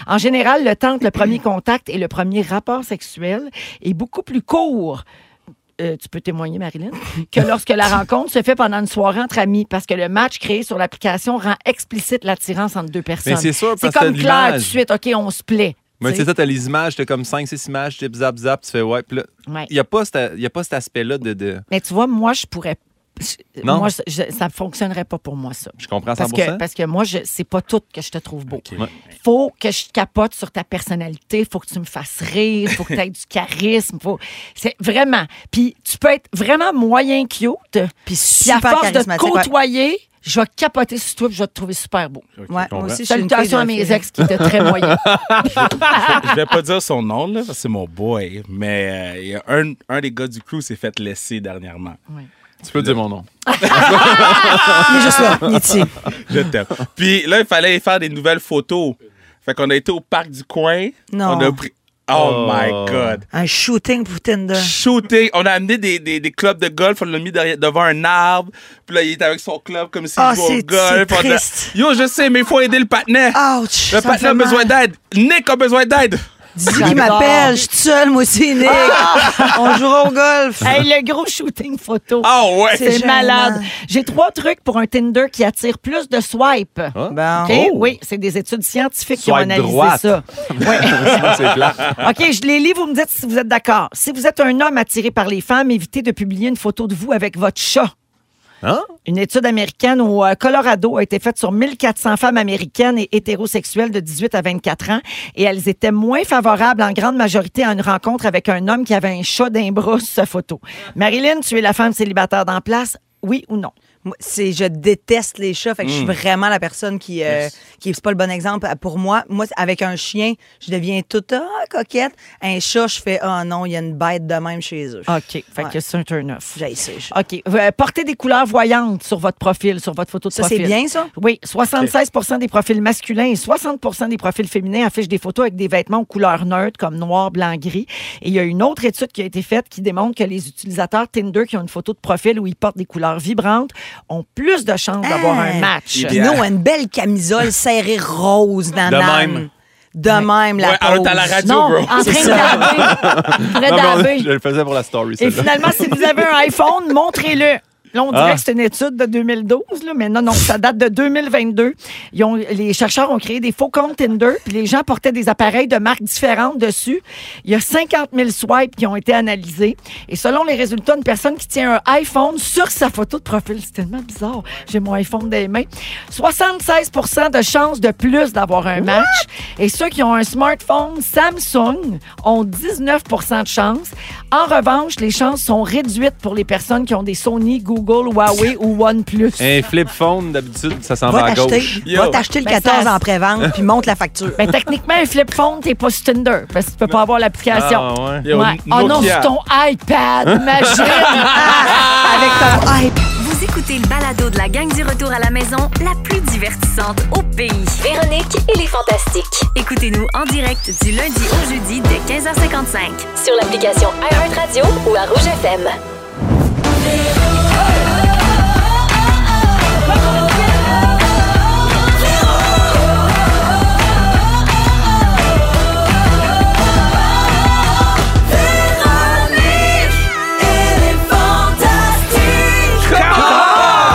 S4: En général, le temps entre le premier contact et le premier rapport sexuel est beaucoup plus court. euh, tu peux témoigner, Marilyn,
S6: [laughs]
S4: que lorsque la rencontre se fait pendant une soirée entre amis, parce que le match créé sur l'application rend explicite l'attirance entre deux personnes.
S6: c'est sûr, parce que
S4: comme
S6: t'as de
S4: clair tout de
S6: l'image.
S4: suite, OK, on se plaît.
S6: Mais
S4: Tu sais.
S6: c'est ça, t'as les images, t'as comme 5-6 images, zip, zap, zap, tu fais ouais. Puis là,
S4: Ouais.
S6: il n'y a, pas cet- y a pas cet aspect-là de, de-
S4: Mais tu vois, moi, je pourrais. je-
S6: Non.
S4: Moi, je- ça ne fonctionnerait pas pour moi, ça.
S6: Je comprends 100
S4: Parce que, parce que moi, je, c'est pas tout que je te trouve beau.
S6: Ouais.
S4: Faut que je capote sur ta personnalité, faut que tu me fasses rire, faut que tu aies du charisme. Faut... C'est vraiment. Puis tu peux être vraiment moyen cute,
S5: Puis
S4: puis à
S5: super
S4: force de
S5: charismatique. ouais.
S4: côtoyer, je vais capoter sur toi puis je vais te trouver super beau.
S5: Ouais,
S6: comprends.
S5: moi aussi, je suis une fille
S4: Salutations
S5: de
S4: à mes
S5: fille.
S4: ex qui étaient très
S5: [laughs]
S4: moyens.
S5: Ah,
S7: Je vais pas dire son nom, là, parce que c'est mon boy, mais euh, il y a un, un des gars du crew s'est fait laisser dernièrement.
S6: Tu peux dire mon nom.
S5: Il est juste là, il est ici. [laughs]
S7: Je t'aime. Puis là, il fallait faire des nouvelles photos. Fait qu'on a été au parc du coin.
S5: Non.
S7: On a pris. Oh, my God.
S5: Un shooting pour Tinder.
S7: Shooting. On a amené des, des, des clubs de golf. On l'a mis derrière- devant un arbre. Puis là, il était avec son club comme s'il
S5: Ah,
S7: jouait au
S5: c'est-
S7: golf.
S5: c'est
S7: On a-
S5: triste. Ah,
S7: Yo, je sais, mais il faut aider le patinet.
S5: Ouch!
S7: le
S5: ça me fait
S7: patinet a
S5: mal.
S7: besoin d'aide. Nick a besoin d'aide.
S5: Dis qu'il m'appelle, je suis toute seule, moi aussi, Nick.
S4: Ah!
S5: On jouera au golf.
S4: Hey, le gros shooting photo.
S7: Ah ouais.
S5: C'est
S4: C'est
S5: gênant.
S4: malade. J'ai trois trucs pour un Tinder qui attire plus de swipe.
S5: Bon.
S4: OK? Oui, c'est des études scientifiques qui ont
S6: Ah. Swipe
S4: analysé
S6: droite.
S4: ça.
S6: [laughs]
S4: Ouais.
S6: Sinon, c'est plat.
S4: OK, je les lis, vous me dites si vous êtes d'accord. Si vous êtes un homme attiré par les femmes, évitez de publier une photo de vous avec votre chat.
S6: Hein?
S4: Une étude américaine au euh, Colorado a été faite sur 1400 femmes américaines et hétérosexuelles de 18 à 24 ans et elles étaient moins favorables en grande majorité à une rencontre avec un homme qui avait un chat d'un bras sur sa photo. Marilyn, tu es la femme célibataire d'en place, oui ou non?
S5: Moi, c'est je déteste les chats fait que je suis vraiment la personne qui euh, qui c'est pas le bon exemple pour moi moi avec un chien je deviens toute ah, coquette un chat je fais ah non il y a une bête de même chez eux
S4: OK, fait
S5: Ouais.
S4: que c'est un turn-off.
S5: j'ai essayé je-
S4: OK. Euh, portez des couleurs voyantes sur votre profil, sur votre photo de
S5: ça
S4: profil.
S5: c'est bien ça
S4: Oui, 76 des profils masculins et 60 des profils féminins affichent des photos avec des vêtements aux couleurs neutres comme noir, blanc, gris. Et il y a une autre étude qui a été faite qui démontre que les utilisateurs Tinder qui ont une photo de profil où ils portent des couleurs vibrantes ont plus de chances d'avoir
S5: Hey.
S4: un match.
S7: Il est
S5: Puis
S7: Yeah.
S5: nous, on a une belle camisole serrée rose dans
S6: De
S5: l'âme.
S6: même.
S5: de même la
S7: Ouais, alors,
S5: pose.
S7: t'as la radio,
S4: Non,
S7: bro.
S4: en train de laver. En train
S6: Non, mais on-
S4: de laver.
S6: je le faisais pour la story,
S4: Et
S6: celle-là.
S4: finalement, si vous avez un iPhone, montrez-le. Là, on dirait
S6: Ah.
S4: que c'est une étude de 2012, là, mais non, non, ça date de 2022. Ils ont- les chercheurs ont créé des faux comptes Tinder, puis les gens portaient des appareils de marques différentes dessus. Il y a 50 000 swipes qui ont été analysés. Et selon les résultats, une personne qui tient un iPhone sur sa photo de profil, c'est tellement bizarre, j'ai mon iPhone dans les mains, 76 de chances de plus d'avoir un match. Et ceux qui ont un smartphone Samsung ont 19 de chances. En revanche, les chances sont réduites pour les personnes qui ont des Sony, Google, Huawei ou OnePlus.
S6: Un flip phone, d'habitude, ça s'en va,
S5: Va
S6: à
S5: t'acheter,
S6: gauche.
S7: Yo.
S5: va t'acheter le
S4: Ben,
S5: 14
S4: ça-
S5: en pré-vente, puis monte la facture.
S4: Ben, techniquement, un flip phone, t'es pas sur Tinder parce que tu peux pas avoir l'application.
S6: Ah, ouais.
S7: Yo,
S4: Ouais. Oh non,
S7: Nokia.
S4: c'est ton iPad,
S6: [laughs]
S4: imagine!
S5: Avec ton hype.
S1: Vous écoutez le balado de la gang du retour à la maison, la plus divertissante au pays.
S2: Véronique et les Fantastiques.
S1: Écoutez-nous en direct du lundi au jeudi dès 15h55.
S2: Sur l'application iHeartRadio ou à Rouge FM.
S4: Ah!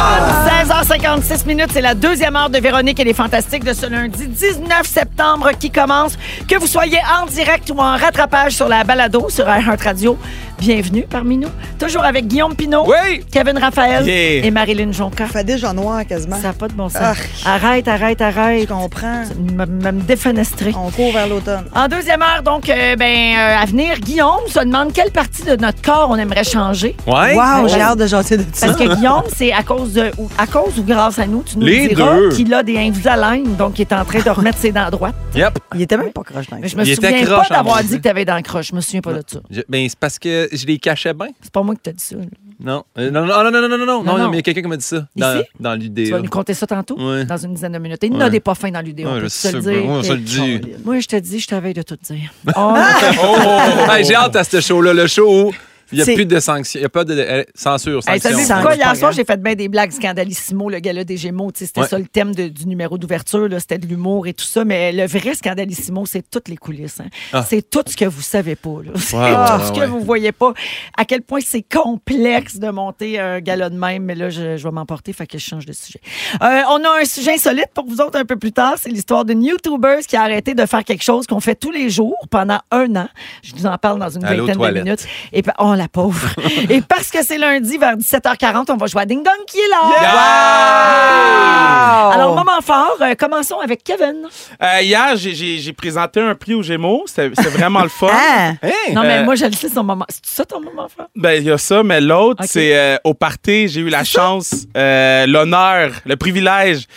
S4: 16h56 minutes, c'est la deuxième heure de Véronique et les Fantastiques de ce lundi 19 septembre qui commence. Que vous soyez en direct ou en rattrapage sur la balado sur Radio, bienvenue parmi nous. Toujours avec Guillaume Pinot,
S7: Oui.
S4: Kevin Raphaël
S7: Yeah.
S4: et Marilyn Jonca.
S5: fait déjà noir quasiment.
S4: Ça n'a pas de bon sens.
S5: Ah.
S4: Arrête, arrête,
S5: Je
S4: arrête.
S5: comprends.
S4: Me, me me défenestrer.
S5: On court vers l'automne.
S4: En deuxième heure, donc, euh, ben, euh, à venir, Guillaume se demande quelle partie de notre corps on aimerait changer.
S6: Ouais.
S5: Wow, j'ai hâte de jaser de ça.
S4: Parce que Guillaume, c'est à cause de, ou, à cause ou grâce à nous, tu nous
S6: Les
S4: diras
S6: deux.
S4: qu'il a des Invisalign, donc il est en train de remettre ses dents droites.
S6: Yep.
S5: Il était même pas croche dans
S4: Mais je me
S6: Il était
S4: souviens pas
S6: croche,
S4: d'avoir
S6: en
S4: dit que t'avais des dents croches. Je me souviens pas de ça.
S6: Je- ben, c'est parce que je les cachais bien.
S4: C'est pas moi qui t'ai dit ça. là.
S6: Non. Euh, non, non, non, non, non, non, non, non,
S4: non.
S6: mais il y a quelqu'un qui m'a dit ça. Dans,
S4: Ici?
S6: dans l'idée.
S4: Tu vas
S6: là.
S4: nous compter ça tantôt,
S6: Ouais.
S4: dans une dizaine de minutes. Et
S6: Ouais.
S4: n'en est pas fin dans l'UDO.
S6: Ouais,
S4: on
S6: je
S4: peut se
S6: sais
S4: le
S6: pas.
S4: dire.
S6: Ouais, on se le dit.
S4: Moi, je te dis, je t'avais de tout
S6: [laughs]
S4: dire. Oh, non.
S6: Oh! Hey, j'ai hâte à ce show-là. Le show où il n'y a
S5: C'est-
S6: plus de sanctions. Il n'y a pas de euh, censure.
S4: Hey,
S6: sanction.
S4: savez-vous
S5: Ça,
S4: quoi?
S5: c'est pas
S4: Hier soir,
S5: grave.
S4: j'ai fait bien des blagues Scandalissimo, le gala des Gémeaux. Tu sais, C'était
S6: Ouais.
S4: ça le thème de- du numéro d'ouverture. là. C'était de l'humour et tout ça. Mais le vrai Scandalissimo, c'est toutes les coulisses. hein.
S6: Ah.
S4: C'est tout ce que vous savez pas. là. [laughs] C'est
S6: ouais,
S4: tout ce
S6: ouais,
S4: que
S6: ouais.
S4: vous voyez pas. À quel point c'est complexe de monter un gala de même. Mais là, je, je vais m'emporter. Fait que je change de sujet. Euh, on a un sujet insolite pour vous autres un peu plus tard. C'est l'histoire d'une YouTuber qui a arrêté de faire quelque chose qu'on fait tous les jours pendant un an. Je vous en parle dans une
S6: Allô,
S4: vingtaine de
S6: toilette.
S4: minutes. Et pa- oh, la pauvre. Et parce que c'est lundi, vers 17h40, on va jouer à Ding Dong qui est là.
S5: Wow!
S4: Alors, moment fort, euh, commençons avec Kevin.
S7: Euh, hier, j'ai- j'ai j'ai présenté un prix aux Gémeaux. C'était c'était vraiment le
S5: [laughs]
S7: fun.
S5: Hein?
S6: Hey!
S4: Non, mais
S7: Euh,
S4: moi, je le sais, son moment. C'est ça ton moment fort?
S7: Ben, il y a ça, mais l'autre,
S4: Ok.
S7: c'est euh, au party, j'ai eu la chance, euh, l'honneur, le privilège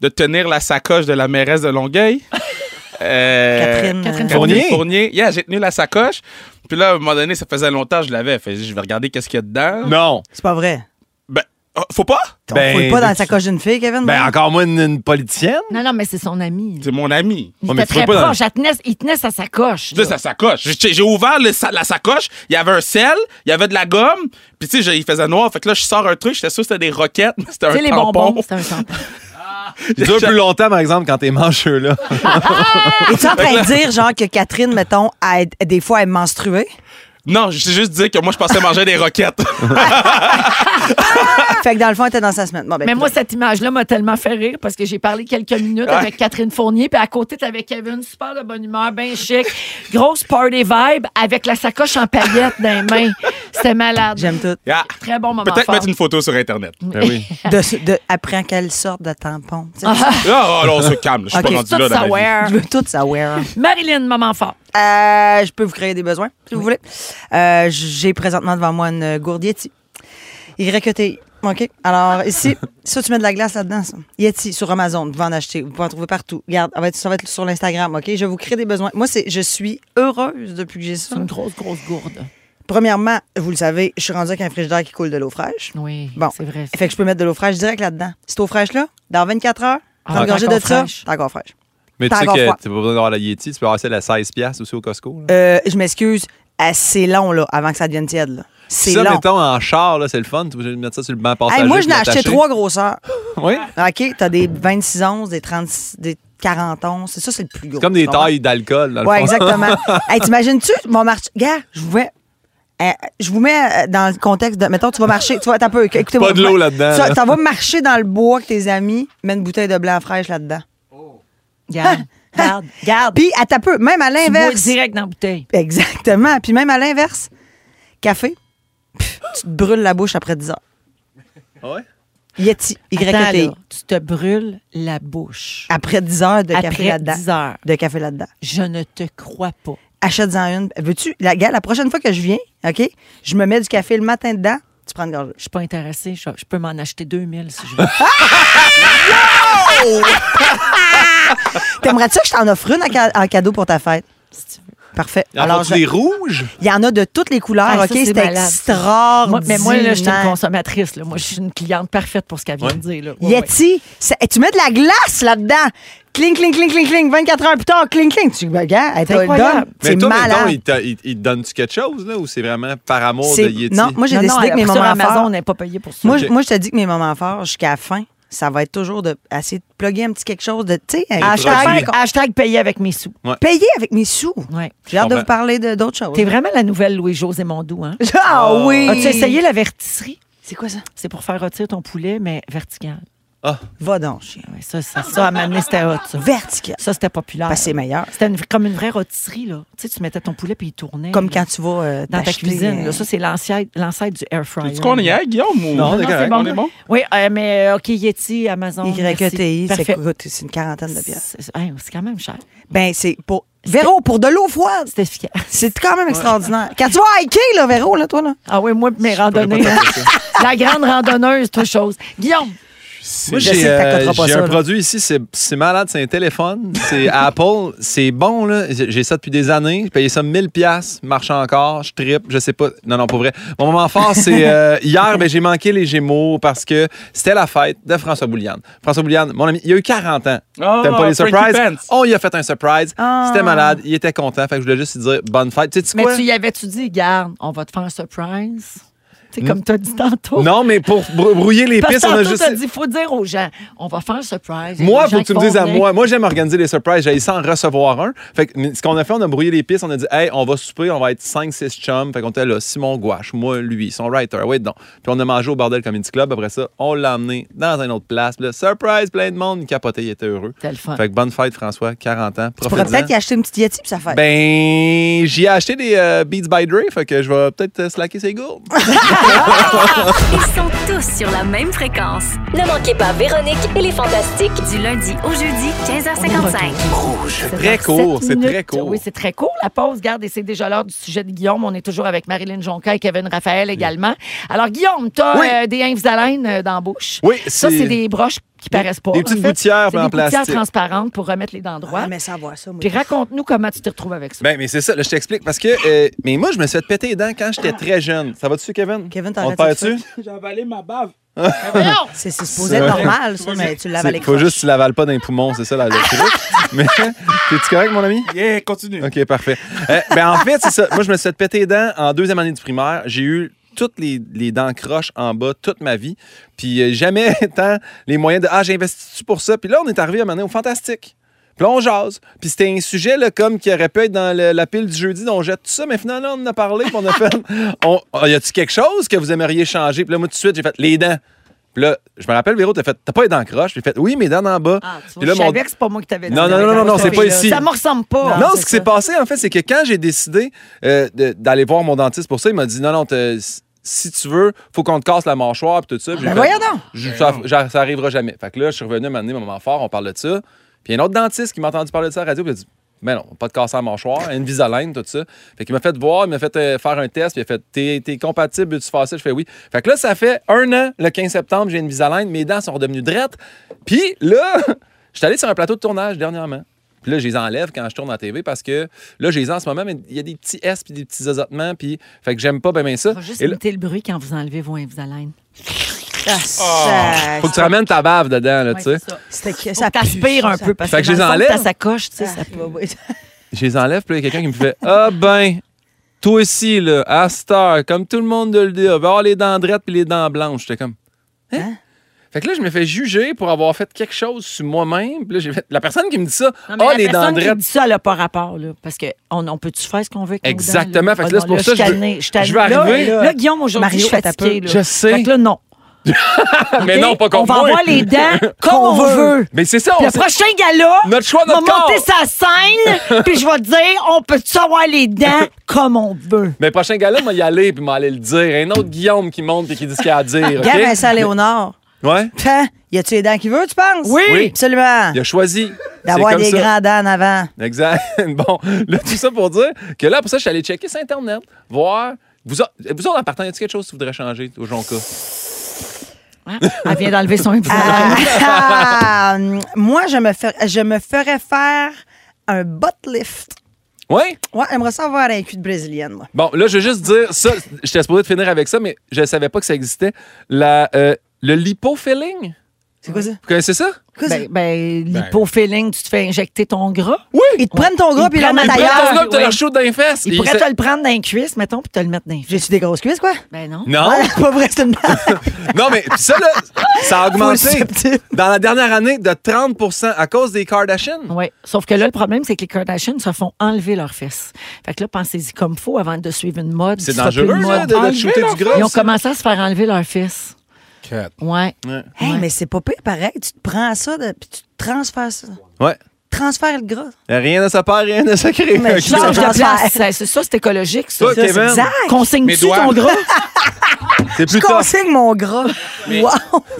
S7: de tenir la sacoche de la mairesse de Longueuil. Euh,
S5: Catherine. Catherine
S6: Fournier.
S7: Fournier. Yeah, j'ai tenu la sacoche. Puis là, à un moment donné, ça faisait longtemps que je l'avais. Fait, je vais regarder qu'est-ce qu'il y a dedans.
S6: Non.
S5: C'est pas vrai.
S7: Ben, Ah, faut pas?
S5: T'en
S6: Ben,
S5: fouilles pas dans
S6: tu-
S5: sa coche d'une fille, Kevin.
S6: Ben,
S5: voyons.
S6: encore moins une, une politicienne.
S4: Non, non, mais c'est son ami.
S7: C'est mon ami.
S4: Il
S6: Ouais, Oh, mais
S4: était
S6: tu peux
S4: très
S6: pas dans-
S4: proche. Elle tenait- il tenait sa sacoche.
S7: Là,
S4: là.
S7: sa sacoche. J'ai j'ai ouvert le sa- la sacoche, il y avait un sel, il y avait de la gomme, puis tu sais, j'ai- il faisait noir. Fait que là, je sors un truc, j'étais sûr que c'était des roquettes, [laughs] mais c'était un
S4: Tu sais, les
S7: tampon.
S4: bonbons, c'est un tampon.
S7: [laughs]
S6: Il [laughs] dure plus longtemps, par exemple, quand t'es
S5: [laughs]
S6: mancheux, là.
S5: Es-tu en train de dire, genre, que Catherine, mettons, elle- des fois, elle est menstruée?
S7: Non, j'ai juste dit que moi, je pensais manger des roquettes. [laughs]
S5: Fait que dans le fond, elle était dans sa semaine. Bon, ben,
S4: Mais moi, cette image-là m'a tellement fait rire parce que j'ai parlé quelques minutes avec Catherine Fournier, puis à côté, t'avais Kevin, super de bonne humeur, bien chic, grosse party vibe, avec la sacoche en paillettes dans les mains. C'était malade.
S5: j'aime tout.
S7: Yeah.
S4: Très bon moment
S7: Peut-être
S4: fort.
S7: mettre une photo sur Internet.
S6: Ben oui.
S5: De, de- après quelle sorte de tampon? tu sais?
S7: Ah, oh, là, on se calme. là, Je suis
S5: Ok,
S7: pas rendu là
S4: Tout
S7: dans ma vie.
S4: savoir.
S5: Je veux tout
S4: [laughs]
S5: savoir.
S4: Marilyn, moment fort.
S5: Euh, je peux vous créer des besoins, si vous voulez. Euh, j'ai présentement devant moi une gourde Yeti. YETI. OK? Alors,
S4: [laughs]
S5: ici, ça, tu mets de la glace là-dedans, ça. Yeti, sur Amazon, vous pouvez en acheter. Vous pouvez en trouver partout. Regarde, ça va être, ça va être sur l'Instagram, OK? Je vous crée des besoins. Moi, c'est, je suis heureuse depuis que j'ai ça.
S4: C'est une grosse, grosse gourde.
S5: Premièrement, vous le savez, je suis rendue avec un frigidaire qui coule de l'eau fraîche.
S4: Oui,
S5: Bon.
S4: c'est vrai.
S5: Fait que je peux mettre de l'eau fraîche direct là-dedans. Cette eau fraîche-là, dans 24 heures,
S4: Ah,
S5: t'as une gorgée
S4: encore
S5: de ça,
S4: fraîche.
S5: t'es encore fraîche.
S6: Mais tu
S5: T'as
S6: sais
S5: encore
S6: que t'as
S5: froid.
S6: pas besoin d'avoir la Yeti, tu peux avoir celle à 16$ piastres aussi au Costco. là.
S5: Euh, je m'excuse, assez long, là, avant que ça devienne tiède, là. C'est
S6: ça,
S5: long.
S6: mettons, en char, là, c'est le fun. Tu peux mettre ça sur le banc passager.
S5: Hey, moi, je
S6: puis
S5: n'ai acheté
S6: l'attacher.
S5: trois grosseurs.
S6: Oui.
S5: OK? T'as des 26 onces, des 36, des 40 onces. C'est ça, c'est le plus gros.
S6: C'est comme des
S5: Tu comprends?
S6: tailles d'alcool, dans le
S5: Ouais,
S6: fond.
S5: exactement. hey, t'imagines-tu, mon marché. Gars, je vous mets. euh, je vous mets euh, dans le contexte de. Mettons, tu vas marcher. Tu vas. T'as peu. Écoutez-moi.
S6: Pas de l'eau là-dedans,
S5: Tu
S6: là.
S5: t'en vas marcher dans le bois avec tes amis, mets une bouteille de blanc fraîche là-dedans.
S4: Garde, [laughs] garde, garde.
S5: Puis, à ta peu. Même à
S4: Tu bois
S5: l'inverse.
S4: direct dans la bouteille.
S5: Exactement. Puis, même à l'inverse, café, pff, tu te brûles la bouche après 10 heures.
S6: Ah ouais?
S5: Yeti,
S4: Attends,
S5: YT.
S4: là, tu te brûles la bouche.
S5: Après 10 heures de café
S4: Après
S5: là-dedans.
S4: 10 heures,
S5: De café là-dedans.
S4: je ne te crois pas.
S5: achète-en une. Veux-tu, la, gars, la prochaine fois que je viens, OK, je me mets du café le matin dedans, tu prends une gorgée.
S4: Je suis pas intéressée. Je, je peux m'en acheter 2000 si je veux.
S5: T'aimerais-tu que je t'en offre une en, ca- en cadeau pour ta fête? Parfait.
S6: [laughs] En Alors,
S5: je-
S6: des rouges?
S5: il y en a de toutes les couleurs,
S4: [laughs] Ah,
S5: OK?
S4: ça, c'est
S5: C'est
S4: malade, ça. Moi-
S5: extraordinaire.
S4: mais moi, là, je suis une consommatrice. là. Moi, je suis une cliente parfaite pour ce qu'elle vient
S6: Ouais.
S4: de dire. Là. Ouais, ouais.
S5: Yeti, ça- tu mets de la glace là-dedans. Cling, cling, cling, cling, cling. 24 heures plus tard, cling, cling. Tu ben, gars, elle te le
S4: incroyable.
S5: donne.
S6: Mais
S5: C'est
S6: toi, mettons,
S5: malade.
S6: il te, il- il te donne-tu quelque chose, là, ou c'est vraiment par amour de
S5: C'est-
S6: Yeti?
S5: Non, moi, j'ai
S4: Non, non,
S5: décidé que mes
S4: sur
S5: moments
S4: Amazon,
S5: forts-
S4: on n'est pas payé pour ça.
S5: Moi,
S6: Ok.
S5: je- moi, je te dis que mes moments forts, jusqu'à la fin, ça va être toujours de essayer de plugger un petit quelque chose de. Tu sais,
S4: hashtag,
S6: produits.
S4: hashtag payé avec mes sous.
S5: payer avec mes sous.
S4: Ouais.
S5: J'ai hâte de
S6: comprends.
S5: vous parler de- d'autres choses.
S4: T'es vraiment la nouvelle Louis-José Mondou, hein?
S5: [laughs] Ah oui!
S4: As-tu essayé la vertisserie?
S5: C'est quoi ça?
S4: C'est pour faire rôtir ton poulet, mais vertical.
S5: Va donc, chien.
S4: Ouais, ça, ça, ça, à m'amener, c'était hot, ça.
S5: Vertical.
S4: Ça, c'était populaire.
S5: Parce que c'est meilleur.
S4: C'était une- comme une vraie rôtisserie, là. Tu sais, tu mettais ton poulet puis il tournait.
S5: Comme
S4: là,
S5: quand tu vas euh,
S4: Dans ta
S5: t'acheter,
S4: cuisine.
S5: euh,
S4: là. Ça, c'est l'ancêtre l'ancêtre du air fryer.
S7: Tu qu'on y est, Guillaume? Ou...
S6: Non, on est correct.
S7: On est bon?
S4: Oui, euh, mais euh, OK, Yeti, Amazon.
S5: YETI,
S4: merci.
S5: c'est
S4: Parfait.
S5: coûte- c'est une quarantaine de pièces.
S4: C'est hey, c'est quand même cher.
S5: Ben, c'est pour. Véro, pour de l'eau froide!
S4: C'est efficace.
S5: C'est quand même extraordinaire. Quand tu vas hiker, là, Véro, là, toi, là.
S4: Ah oui, moi, mes randonnées. hein. La grande randonneuse, toute chose. Guillaume,
S6: Moi,
S5: Je sais
S6: j'ai
S5: que
S6: euh,
S5: t'accoteras pas
S6: j'ai
S5: ça,
S6: un
S5: là.
S6: produit ici, c'est c'est malade, c'est un téléphone,
S4: [laughs]
S6: c'est Apple, c'est bon, là. J'ai ça depuis des années, j'ai payé ça 1000 pièces, marche encore, je trippe, je sais pas. Non, non, pour vrai. Mon moment fort,
S4: [laughs]
S6: c'est euh, hier, ben, j'ai manqué les Gémeaux parce que c'était la fête de François Bouliane. François Bouliane, mon ami, il a eu 40 ans.
S7: Oh,
S6: T'aimes pas les
S7: Frankie
S6: surprises?
S7: Pence.
S6: On lui a fait un surprise. C'était malade, il était content, fait que je voulais juste lui dire bonne fête. Tu sais,
S4: Ah. mais
S6: quoi?
S4: tu y avais-tu dit, garde, on va te faire un surprise? Tu
S7: Hmm?
S4: sais, comme tu as dit tantôt.
S6: Non, mais pour brou- brouiller les
S4: Parce que
S6: pistes, on a
S4: tantôt,
S6: juste.
S4: t'as dit, faut dire aux gens, on va faire un surprise.
S6: Moi,
S4: Les gens
S6: faut que tu
S4: qui
S6: me dises
S4: vont
S6: à
S4: venir.
S6: moi. Moi, j'aime organiser les surprises. J'ai ça en recevoir un. Fait que, mais ce qu'on a fait, on a brouillé les pistes. On a dit, hey, on va souper, on va être 5-6 chums. Fait qu'on était là, Simon Gouache, moi, lui, son writer. Ouais, donc. Puis on a mangé au Bordel Community Club. Après ça, on l'a emmené dans une autre place. Puis Là, surprise, plein de monde. Il capotait, il était heureux.
S4: C'était le fun.
S6: Fait que bonne fête, François, 40 ans.
S5: Tu pourrais
S6: Profite-en.
S5: peut-être y acheter une petite Yeti puis ça fait.
S6: Ben, j'y ai acheté des euh, Beats by Dre. Fait que je vais peut-être euh, slacker
S4: [laughs]
S6: ses gourdes.
S1: Ils sont tous sur la même fréquence.
S2: Ne manquez pas Véronique et les Fantastiques.
S1: Du lundi au jeudi,
S4: On est de
S1: 15h55.
S4: retour.
S6: Très court,
S4: Sept
S6: c'est
S4: minutes.
S6: très court.
S4: Oui, c'est très court. La pause, garde, et c'est déjà l'heure du sujet de Guillaume. On est toujours avec Marilyn Jonca et Kevin Raphaël également. Alors, Guillaume, tu as
S6: Oui.
S4: des invis à laine, euh, dans la bouche.
S6: Oui,
S4: Ça,
S6: c'est-
S4: c'est des broches qui paraissent pas.
S6: des
S4: en
S6: petites
S4: fait.
S6: gouttières,
S4: C'est
S6: mais
S4: des
S6: en
S4: gouttières
S6: plastique.
S4: transparentes pour remettre les dents droits.
S5: Ouais, mais savoir ça, moi.
S4: Puis raconte-nous comment tu te retrouves avec ça.
S6: Ben, mais c'est ça, là, je t'explique. Parce que, euh, mais moi, je me suis fait péter les dents quand j'étais très jeune. Ça va-tu, Kevin?
S5: Kevin,
S6: On
S5: t'arrêtes
S6: te perd-tu?
S5: ça?
S7: J'ai avalé ma bave.
S5: C'est c'est supposé être normal, ça, mais tu l'avales
S6: Il faut juste que tu l'avales pas dans les poumons, c'est ça [laughs] la le truc. Mais t'es-tu correct, mon ami?
S7: Yeah, continue.
S6: OK, parfait. Euh, ben, en fait, c'est ça. Moi, je me suis fait péter les dents en deuxième année du primaire. J'ai eu toutes les, les dents croches en bas toute ma vie. Puis euh, jamais [laughs] tant les moyens de Ah, j'investis-tu pour ça? Puis là, on est arrivé à un moment donné au fantastique. Puis là, on jase. Puis c'était un sujet là, comme qui aurait pu être dans le- la pile du jeudi, dont on jette tout ça. Mais finalement, on en a parlé. Puis on a fait on, Ah, Y a-tu quelque chose que vous aimeriez changer? Puis là, moi, tout de suite, j'ai fait Les dents. Puis là, je me rappelle, Véro, t'as fait T'as pas les dents croches? J'ai fait Oui, mes dents en bas.
S4: Ah, tu vois,
S6: Puis là,
S4: je
S6: mon-
S4: savais que c'est pas moi qui t'avais dit.
S6: Non, non, non, non, non, c'est pas ici.
S4: Ça me ressemble pas.
S6: non, ce qui s'est passé, en fait, c'est que quand j'ai décidé euh, de- d'aller voir mon dentiste pour ça, il m'a dit non, non, te- si tu veux, faut qu'on te casse la mâchoire puis tout ça. Puis j'ai
S5: Ben
S6: fait,
S5: voyons donc!
S6: Je- ça, j'a- ça arrivera jamais. Fait que là, je suis revenu à m'amener moment fort, on parle de ça. Puis il y a un autre dentiste qui m'a entendu parler de ça à la radio, puis il a dit Ben non, pas de casse à la mâchoire, une visaline, tout ça. Fait qu'il m'a fait voir, il m'a fait euh, faire un test, puis il a fait T'es t'es compatible, veux-tu faire ça Je fais oui. Fait que là, ça fait un an, le 15 septembre, j'ai une visaline, mes dents sont redevenues drettes. Puis là, [laughs] je suis allé sur un plateau de tournage dernièrement. Puis là, je les enlève quand je tourne en TV parce que là, je les ai en ce moment, mais il y a des petits S puis des petits azotements, puis fait que j'aime pas bien, bien ça.
S8: Faut juste
S6: Et là,
S8: imiter le bruit quand vous enlevez vos Invisalign.
S5: Ah,
S6: Ah, faut que tu ramènes ta bave dedans, là, tu sais.
S5: C'était-
S4: Ça
S5: Ça Ah.
S4: t'aspire un peu. parce
S6: Fait que je les
S4: dans le fond,
S6: enlève.
S4: t'as sa coche, tu sais, ça
S5: pue.
S6: je les enlève, puis là, il y a quelqu'un qui me fait Ah ben, toi aussi, là, à cette heure, comme tout le monde le dit, va avoir les dents drettes puis les dents blanches. J'étais comme Hein? Fait que là, je me fais juger pour avoir fait quelque chose sur moi-même. Puis là, j'ai fait- La personne qui me dit ça,
S8: Non, mais
S6: ah,
S8: la
S6: les dents
S8: personne qui
S6: drettes.
S8: dit ça, elle n'a pas rapport, là, parce qu'on on on peut-tu faire ce qu'on veut avec nos dents, là?
S6: Exactement. Fait que là,
S8: Ah
S6: c'est
S8: non,
S6: pour ça que je veux-
S8: tannée, je suis
S6: je
S8: tannée.
S6: veux arriver-
S8: Là, là, Guillaume, aujourd'hui,
S5: Mario,
S8: je suis
S5: attends un peu.
S8: fatiguée. là.
S6: Je sais.
S8: Fait que là, non.
S6: Mais
S8: OK?
S6: non, pas contre
S8: On va
S6: moi.
S8: avoir les
S6: [laughs]
S8: dents comme on veut.
S6: Mais c'est ça, on
S8: Le
S6: s'est-
S8: prochain gala,
S6: Notre choix,
S8: on va
S6: notre corps.
S8: monter sa
S6: [laughs]
S8: scène, puis je vais te dire, on peut-tu avoir les dents comme on veut?
S6: Mais le prochain gars-là, m'a y aller, puis m'a aller le dire. Un autre Guillaume qui monte et qui dit ce qu'il a à dire.
S5: Regarde
S6: OK?
S5: Vincent Léonard.
S6: Ouais.
S5: Hein? Y a-tu les dents qu'il veut, tu penses?
S8: Oui.
S6: Oui.
S5: Absolument.
S6: Il a choisi.
S5: D'avoir
S6: C'est comme
S5: des
S6: ça.
S5: grands dents en avant.
S6: Exact. [laughs] Bon, là, tout ça pour dire que là, pour ça, je suis allé checker sur Internet, voir. Vous, autres- vous autres, en partant, y a-t-il quelque chose que vous voudrez changer au Jonca?
S8: Hein? Elle vient d'enlever son Invisalign.
S5: Ah, moi, je me, fer- je me ferais faire un butt lift.
S6: Oui?
S5: Ouais, j'aimerais ça avoir un cul de brésilienne, moi.
S6: Bon, là, je vais juste dire ça. J'étais supposé de finir avec ça, mais je ne savais pas que ça existait. La, euh, le lipo-filling.
S5: C'est quoi ça?
S6: Vous connaissez ça?
S5: Quoi ça?
S8: Ben, ben, l'hypofilling, tu te fais injecter ton gras.
S5: Ils te prennent ton gras puis ils le
S8: prennent
S5: mettent
S8: un
S6: Là,
S8: Ah,
S6: ton
S5: ailleurs.
S6: homme te
S8: oui.
S6: le shoot dans les fesses.
S8: Il
S6: Et
S8: pourrait
S6: ça-
S8: te le prendre dans les cuisses, mettons, puis te le mettre dans les
S5: J'ai-tu des grosses
S8: [laughs]
S5: cuisses, quoi?
S8: Ben non.
S6: Non,
S5: Ah, pas vrai, c'est une blague.
S6: non, mais pis ça, là, ça a augmenté
S5: susceptible.
S6: dans la dernière année de 30 à cause des Kardashians.
S8: Oui. Sauf que là, le problème, c'est que les Kardashians se font enlever leurs fesses. Fait que là, pensez-y comme faut avant de suivre une mode.
S6: C'est
S8: qui sera plus
S6: dangereux,
S8: une
S6: là,
S8: mode.
S6: de, de te shooter du gras.
S8: Ils ont commencé à se faire enlever leurs fesses. Ouais.
S5: [laughs] Hey,
S8: Ouais.
S5: mais c'est pas pire pareil. Tu te prends ça de- puis tu te transfères ça.
S6: Ouais.
S5: Transfère le gras.
S6: Rien ne se perd, rien ne se crée.
S5: Mais
S6: Ok.
S5: je
S8: Change de
S5: transfert.
S8: place. Ça, c'est- ça, c'est écologique, ça.
S6: Toi,
S8: Ça,
S6: Kevin,
S5: Zach,
S7: Mes
S8: Consigne-tu
S7: doigts.
S8: ton gras?
S6: c'est
S5: je
S6: plus tough.
S5: consigne mon gras.
S7: Mais-
S5: Wow!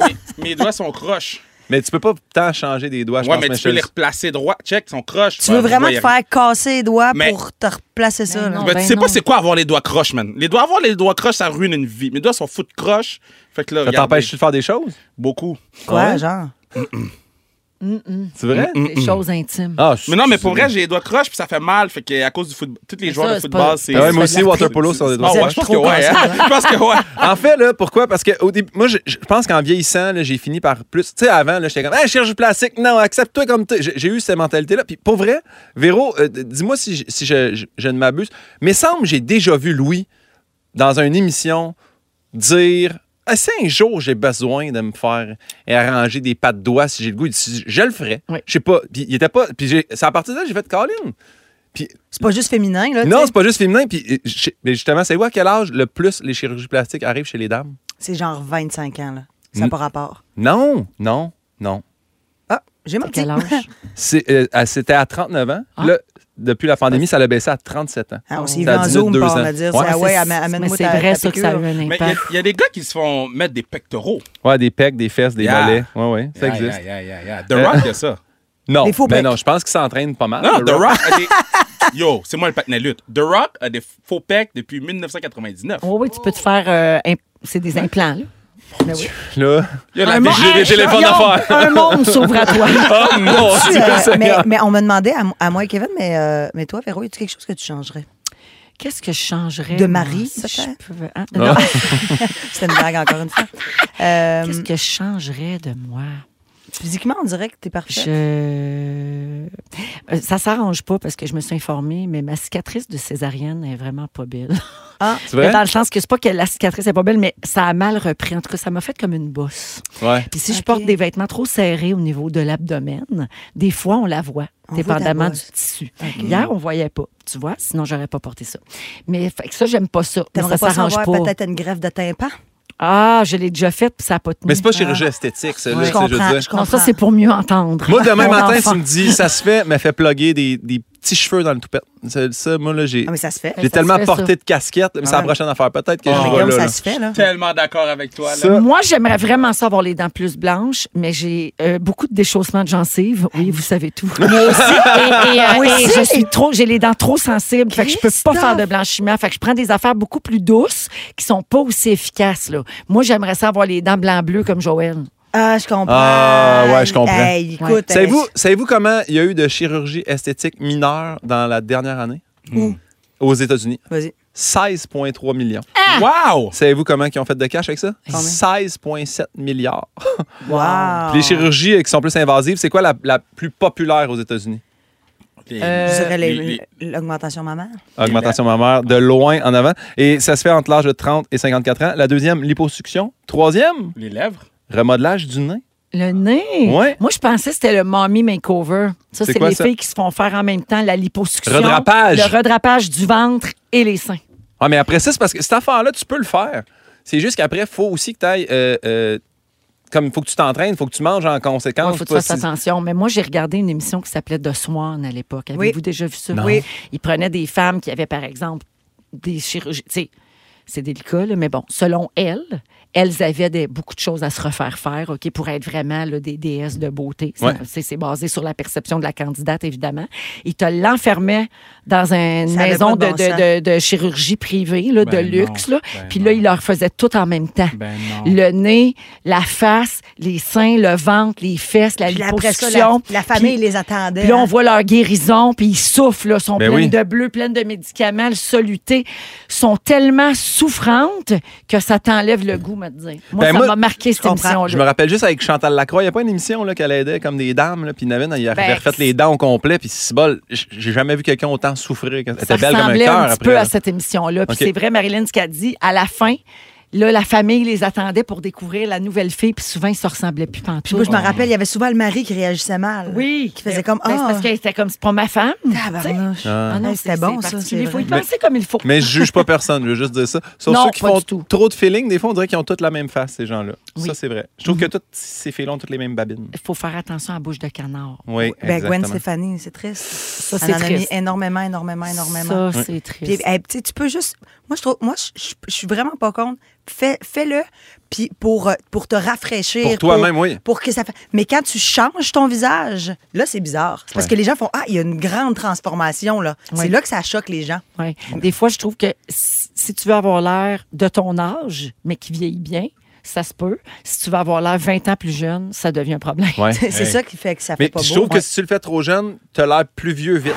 S7: Mes, mes doigts sont croches.
S6: Mais tu peux pas tant changer des doigts, je
S7: ouais,
S6: pense.
S7: mais tu peux
S6: Michel.
S7: les replacer droit. Check, ils sont croches.
S5: Tu veux vraiment te
S7: les
S5: faire casser les doigts
S7: Mais-
S5: pour te replacer ça,
S8: non.
S5: là?
S7: Ben,
S8: Ben
S7: tu sais
S8: non.
S7: pas c'est quoi avoir les doigts croches, man. Les doigts, avoir les doigts croches, ça ruine une vie. Mes doigts sont fous de croches. Fait que là,
S6: Ça
S7: regardez,
S6: t'empêche-tu de faire des choses? Ah
S7: beaucoup.
S5: Quoi,
S6: Ouais.
S5: genre?
S6: C'est vrai?
S8: Des choses intimes.
S6: Ah,
S7: Mais non, mais pour vrai, j'ai les doigts croches, puis ça fait mal. Fait que à cause du football, tous les
S8: Mais
S7: joueurs
S8: ça,
S7: de
S8: c'est
S7: football,
S8: pas-
S7: c'est.
S6: Ah ouais, moi aussi,
S7: c'est-
S6: water polo sur les doigts
S7: Ah ouais,
S6: croches.
S7: je pense que ouais. hein.
S8: [laughs]
S7: Je pense que ouais.
S6: En fait, là, pourquoi? Parce que au début, moi, je, je pense qu'en vieillissant, là, j'ai fini par plus. Tu sais, avant, là, j'étais comme, hey, chirurgie plastique, non, accepte-toi comme t'es. J'ai j'ai eu cette mentalité-là. Puis pour vrai, Véro, euh, d- dis-moi si, je- si je, je- je ne m'abuse. Mais semble, j'ai déjà vu Louis dans une émission dire. Ah, si un jour j'ai besoin de me faire arranger des pattes de doigts si j'ai le goût, il dit, je le ferai.
S8: Oui.
S6: Je sais pas. Puis il était pas. Puis j'ai- c'est à partir de là j'ai fait Colin. Puis
S5: C'est pas juste féminin, là. Ah, tu
S6: non,
S5: sais.
S6: c'est pas juste féminin. Puis, euh, je- mais justement, c'est quoi à quel âge le plus les chirurgies plastiques arrivent chez les dames?
S5: C'est genre 25 ans, là. Ça n'a
S6: Mm.
S5: pas rapport.
S6: Non, non, non.
S5: Ah, j'ai
S8: À
S5: menti. [laughs]
S8: quel âge?
S6: C'est, euh, à- C'était à 39 ans.
S8: Ah.
S6: Là, depuis la pandémie, ça l'a baissé à 37 ans.
S5: Ah, on s'est vu
S6: Ça a
S5: en
S6: diminué
S5: Zoom,
S6: de
S5: pas,
S6: deux
S5: on
S6: ans.
S5: a dit,
S6: Ouais.
S5: ah ouais,
S8: Mais
S5: am- amène-moi
S8: c'est
S5: ta-
S8: vrai,
S5: ta
S8: ça, que
S5: piqûre.
S8: ça a eu un
S7: Mais il y a-
S8: impact.
S7: il y, a des gars qui se font mettre des pectoraux.
S6: Ouais, des pecs, des fesses, des
S7: Yeah.
S6: mollets. Ouais, ouais, ça existe.
S7: Yeah, yeah, yeah, yeah. The Rock, il y
S6: [laughs]
S7: a ça.
S6: Non,
S5: Des faux
S6: mais
S5: pecs.
S6: non, je pense qu'ils s'entraînent pas mal.
S7: Non,
S6: le
S7: The
S6: rock.
S7: Rock a des. Yo, c'est moi le patinet lutte. The Rock a des faux pecs depuis 1999.
S8: Oui, oui, tu peux te faire. euh, imp- C'est des implants, là. Ben oui.
S6: [laughs] Là,
S7: Yo, la
S8: mon-
S7: vie-
S6: j'ai des
S8: Hey,
S6: téléphones
S8: Guillaume,
S6: à faire.
S8: Un monde s'ouvre à
S6: [laughs]
S8: toi.
S5: [laughs]
S6: oh mon [laughs]
S5: Tu,
S6: Dieu,
S5: euh, mais,
S6: Seigneur.
S5: mais on me demandait à, mo- à moi et Kevin, mais, euh, mais toi, Véro, y a-tu quelque chose que tu changerais?
S4: Qu'est-ce que je changerais?
S5: De
S4: moi,
S5: mari,
S4: si je
S5: peut-être?
S4: pouvais- hein?
S6: Ah.
S4: Non.
S5: C'était une blague, encore
S4: [laughs]
S5: une fois. Euh,
S4: Qu'est-ce que je changerais de moi?
S5: Physiquement, on dirait que t'es parfait.
S4: Je... Euh, Ça s'arrange pas parce que je me suis informée, mais ma cicatrice de césarienne est vraiment pas belle.
S5: Ah,
S6: C'est vrai?
S4: Dans le sens que c'est pas que la cicatrice est pas belle, mais ça a mal repris. En tout cas, ça m'a fait comme une bosse.
S6: Ouais.
S4: Puis si je
S5: Ok.
S4: porte des vêtements trop serrés au niveau de l'abdomen, des fois, on la voit,
S5: On voit ta
S4: dépendamment du
S5: bosse.
S4: tissu. Hier, on voyait pas, tu vois, sinon j'aurais pas porté ça. Mais fait que ça, j'aime pas ça. Non, ça
S5: T'aimerais pas
S4: s'arrange
S5: savoir
S4: pas.
S5: peut-être une greffe de tympan?
S4: Ah, je l'ai déjà faite, puis ça n'a pas tenu.
S6: Mais c'est pas chirurgie esthétique, ça, là,
S5: Ouais.
S6: tu sais, je veux
S5: Comprends,
S6: dire.
S5: je
S4: Non,
S5: comprends.
S4: ça, c'est pour mieux entendre.
S6: Moi, demain
S4: Mon
S6: matin,
S4: enfant.
S6: tu me dis, ça se fait, mais fait plugger des, des petits cheveux dans le toupette. Ça, ça, moi, là, j'ai
S5: Ah, mais ça se fait.
S4: ça
S6: j'ai
S4: se
S6: tellement
S4: fait,
S6: porté
S4: ça.
S6: de casquette, mais c'est la
S5: Ouais.
S6: prochaine affaire. Peut-être que
S7: Ah,
S6: je
S5: Mais
S4: Oh
S6: vais
S5: comme
S6: là.
S5: ça
S6: là.
S5: se fait, là.
S7: Tellement d'accord avec toi.
S6: Ça,
S7: Là.
S4: Euh, Moi, j'aimerais vraiment ça avoir les dents plus blanches, mais j'ai euh, beaucoup de déchaussement de gencives. Oui, vous savez tout. [laughs] Moi aussi. Et, et, euh, et je suis trop, j'ai les dents trop sensibles. Fait que je peux pas
S5: Christophe.
S4: faire de blanchiment. Fait que je prends des affaires beaucoup plus douces qui sont pas aussi efficaces, là. Moi, j'aimerais ça avoir les dents blanc-bleu comme Joël.
S5: Ah, je comprends.
S6: Ah, ouais, je comprends.
S5: Hey, écoute,
S4: Ouais.
S6: Savez-vous savez comment il y a eu de chirurgie esthétique mineure dans la dernière année?
S5: Où?
S6: Aux États-Unis.
S5: Vas-y.
S6: 16,3 millions.
S7: Ah!
S8: Ah!
S7: Wow!
S6: Savez-vous comment ils ont fait de cash avec ça?
S5: Combien?
S6: 16,7 milliards.
S5: Wow.
S6: Les chirurgies qui sont plus invasives, c'est quoi la, la plus populaire aux États-Unis?
S8: Euh.
S5: Je dirais les-
S7: les-
S5: l'augmentation mammaire.
S6: Augmentation mammaire, de loin en avant. Et ça se fait entre l'âge de 30 et 54 ans. La deuxième, liposuction. Troisième,
S7: Les lèvres?
S6: remodelage du nez.
S4: Le nez.
S6: Ouais.
S4: Moi, je pensais que c'était le mommy makeover. Ça,
S6: C'est
S4: c'est
S6: quoi,
S4: les
S6: ça?
S4: filles qui se font faire en même temps la liposuction.
S6: Redrapage.
S4: Le redrapage du ventre et les seins.
S6: Ah, mais après ça, c'est parce que cette affaire-là, tu peux le faire. C'est juste qu'après, il faut aussi que tu ailles. comme il faut que tu t'entraînes, il faut que tu manges en
S4: Il
S6: conséquence.
S4: faut que tu
S6: Pas
S4: fasses
S6: si-
S4: attention. Mais moi, j'ai regardé une émission qui s'appelait The Swan à l'époque.
S5: Oui.
S4: Avez-vous déjà vu ça?
S6: Non.
S5: Oui.
S4: Ils prenaient des femmes qui avaient, par exemple, des chirurgies. Tu sais, c'est délicat, là, mais bon, selon elles, elles avaient des- beaucoup de choses à se refaire faire, OK, pour être vraiment là, des déesses de beauté. C'est-
S6: Ouais.
S4: C'est c'est basé sur la perception de la candidate, évidemment. Ils te l'enfermaient dans une
S5: Ça avait
S4: maison de,
S5: pas de bon sens.
S4: de- de- de chirurgie privée, là,
S7: Ben
S4: de luxe, là.
S7: non, ben
S4: puis là,
S7: non.
S4: ils leur faisaient tout en même temps
S7: Ben
S5: Oh.
S7: non.
S4: le nez, la face, les seins, le ventre, les fesses, la
S5: Puis là, après ça, la,
S4: liposuction.
S5: la famille
S4: Puis-
S5: les attendait.
S4: Puis là, on
S5: hein.
S4: voit leur guérison, puis ils souffrent, là, sont
S6: Ben
S4: pleines
S6: oui.
S4: de bleu, pleines de médicaments, le soluté, sont tellement souffrantes que ça t'enlève le goût, me dire. Moi, ça
S6: Ben moi,
S4: m'a marqué cette
S5: je comprends.
S6: Je me
S4: émission-là.
S6: rappelle juste avec Chantal Lacroix, il n'y a pas une émission là, qu'elle aidait comme des dames, là, puis Navin, il avait
S4: Ben,
S6: refait les dents au complet, puis si bol, j- j'ai jamais vu quelqu'un autant souffrir. que- Elle
S4: Ça
S6: était belle comme un
S4: ressemblait
S6: cœur
S4: un petit
S6: après.
S4: peu
S6: là.
S4: à cette émission-là. Puis
S6: OK.
S4: c'est vrai, Marilyn, ce qu'elle dit, à la fin, Là, la famille les attendait pour découvrir la nouvelle fille, puis souvent, ils se ressemblaient plus
S5: Puis
S4: pantoute.
S5: moi, je me rappelle, il y avait souvent le mari qui réagissait mal.
S4: Oui.
S5: Qui faisait comme
S4: Ben, c'est
S5: Ah,
S4: parce qu'elle était comme, c'est pas ma femme.
S5: tabarnouche.
S6: Ah.
S4: Ah non,
S5: Hey,
S4: c'est-
S5: c'était
S4: c'est
S5: bon, ça,
S4: particulier.
S5: c'est
S4: Il faut y
S6: vrai.
S4: penser comme il faut.
S6: Mais je juge pas personne, je veux juste dire ça. Sauf
S4: Non,
S6: ceux qui
S4: pas
S6: font
S4: du tout.
S6: trop de feeling, des fois, on dirait qu'ils ont toutes la même face, ces gens-là.
S4: Oui. Mhm.
S6: Ça, c'est vrai. Je trouve que tous ces filons ont toutes les mêmes babines.
S4: Il faut faire attention à la bouche de canard.
S6: Oui,
S5: Ben, Gwen
S6: exactement.
S5: Stéphanie, c'est triste.
S4: Ça,
S5: Elle
S4: c'est
S5: en a mis
S4: triste.
S5: énormément, énormément, énormément.
S4: Ça,
S6: Oui.
S4: c'est
S5: Puis,
S4: triste.
S5: hey, tu sais, tu peux juste. Moi, je trouve. Moi, je- je je suis vraiment pas contre. Fais- Fais-le. puis pour, euh, pour te rafraîchir.
S6: Pour toi-même, oui.
S5: Pour que ça fa- Mais quand tu changes ton visage, là, c'est bizarre. C'est parce
S6: Ouais.
S5: que les gens font Ah, il y a une grande transformation, là.
S4: Ouais.
S5: C'est là que ça choque les gens. [laughs]
S4: Ouais. Des fois, je trouve que si si tu veux avoir l'air de ton âge, mais qui vieillit bien, ça se peut. Si tu veux avoir l'air 20 ans plus jeune, ça devient un [laughs] problème.
S6: Ouais.
S5: c'est
S7: Hey.
S5: ça qui fait que ça fait
S6: Mais
S5: pas beau.
S6: je trouve que
S5: Ouais.
S6: si tu le fais trop jeune, t'as l'air plus vieux vite.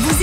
S1: Vous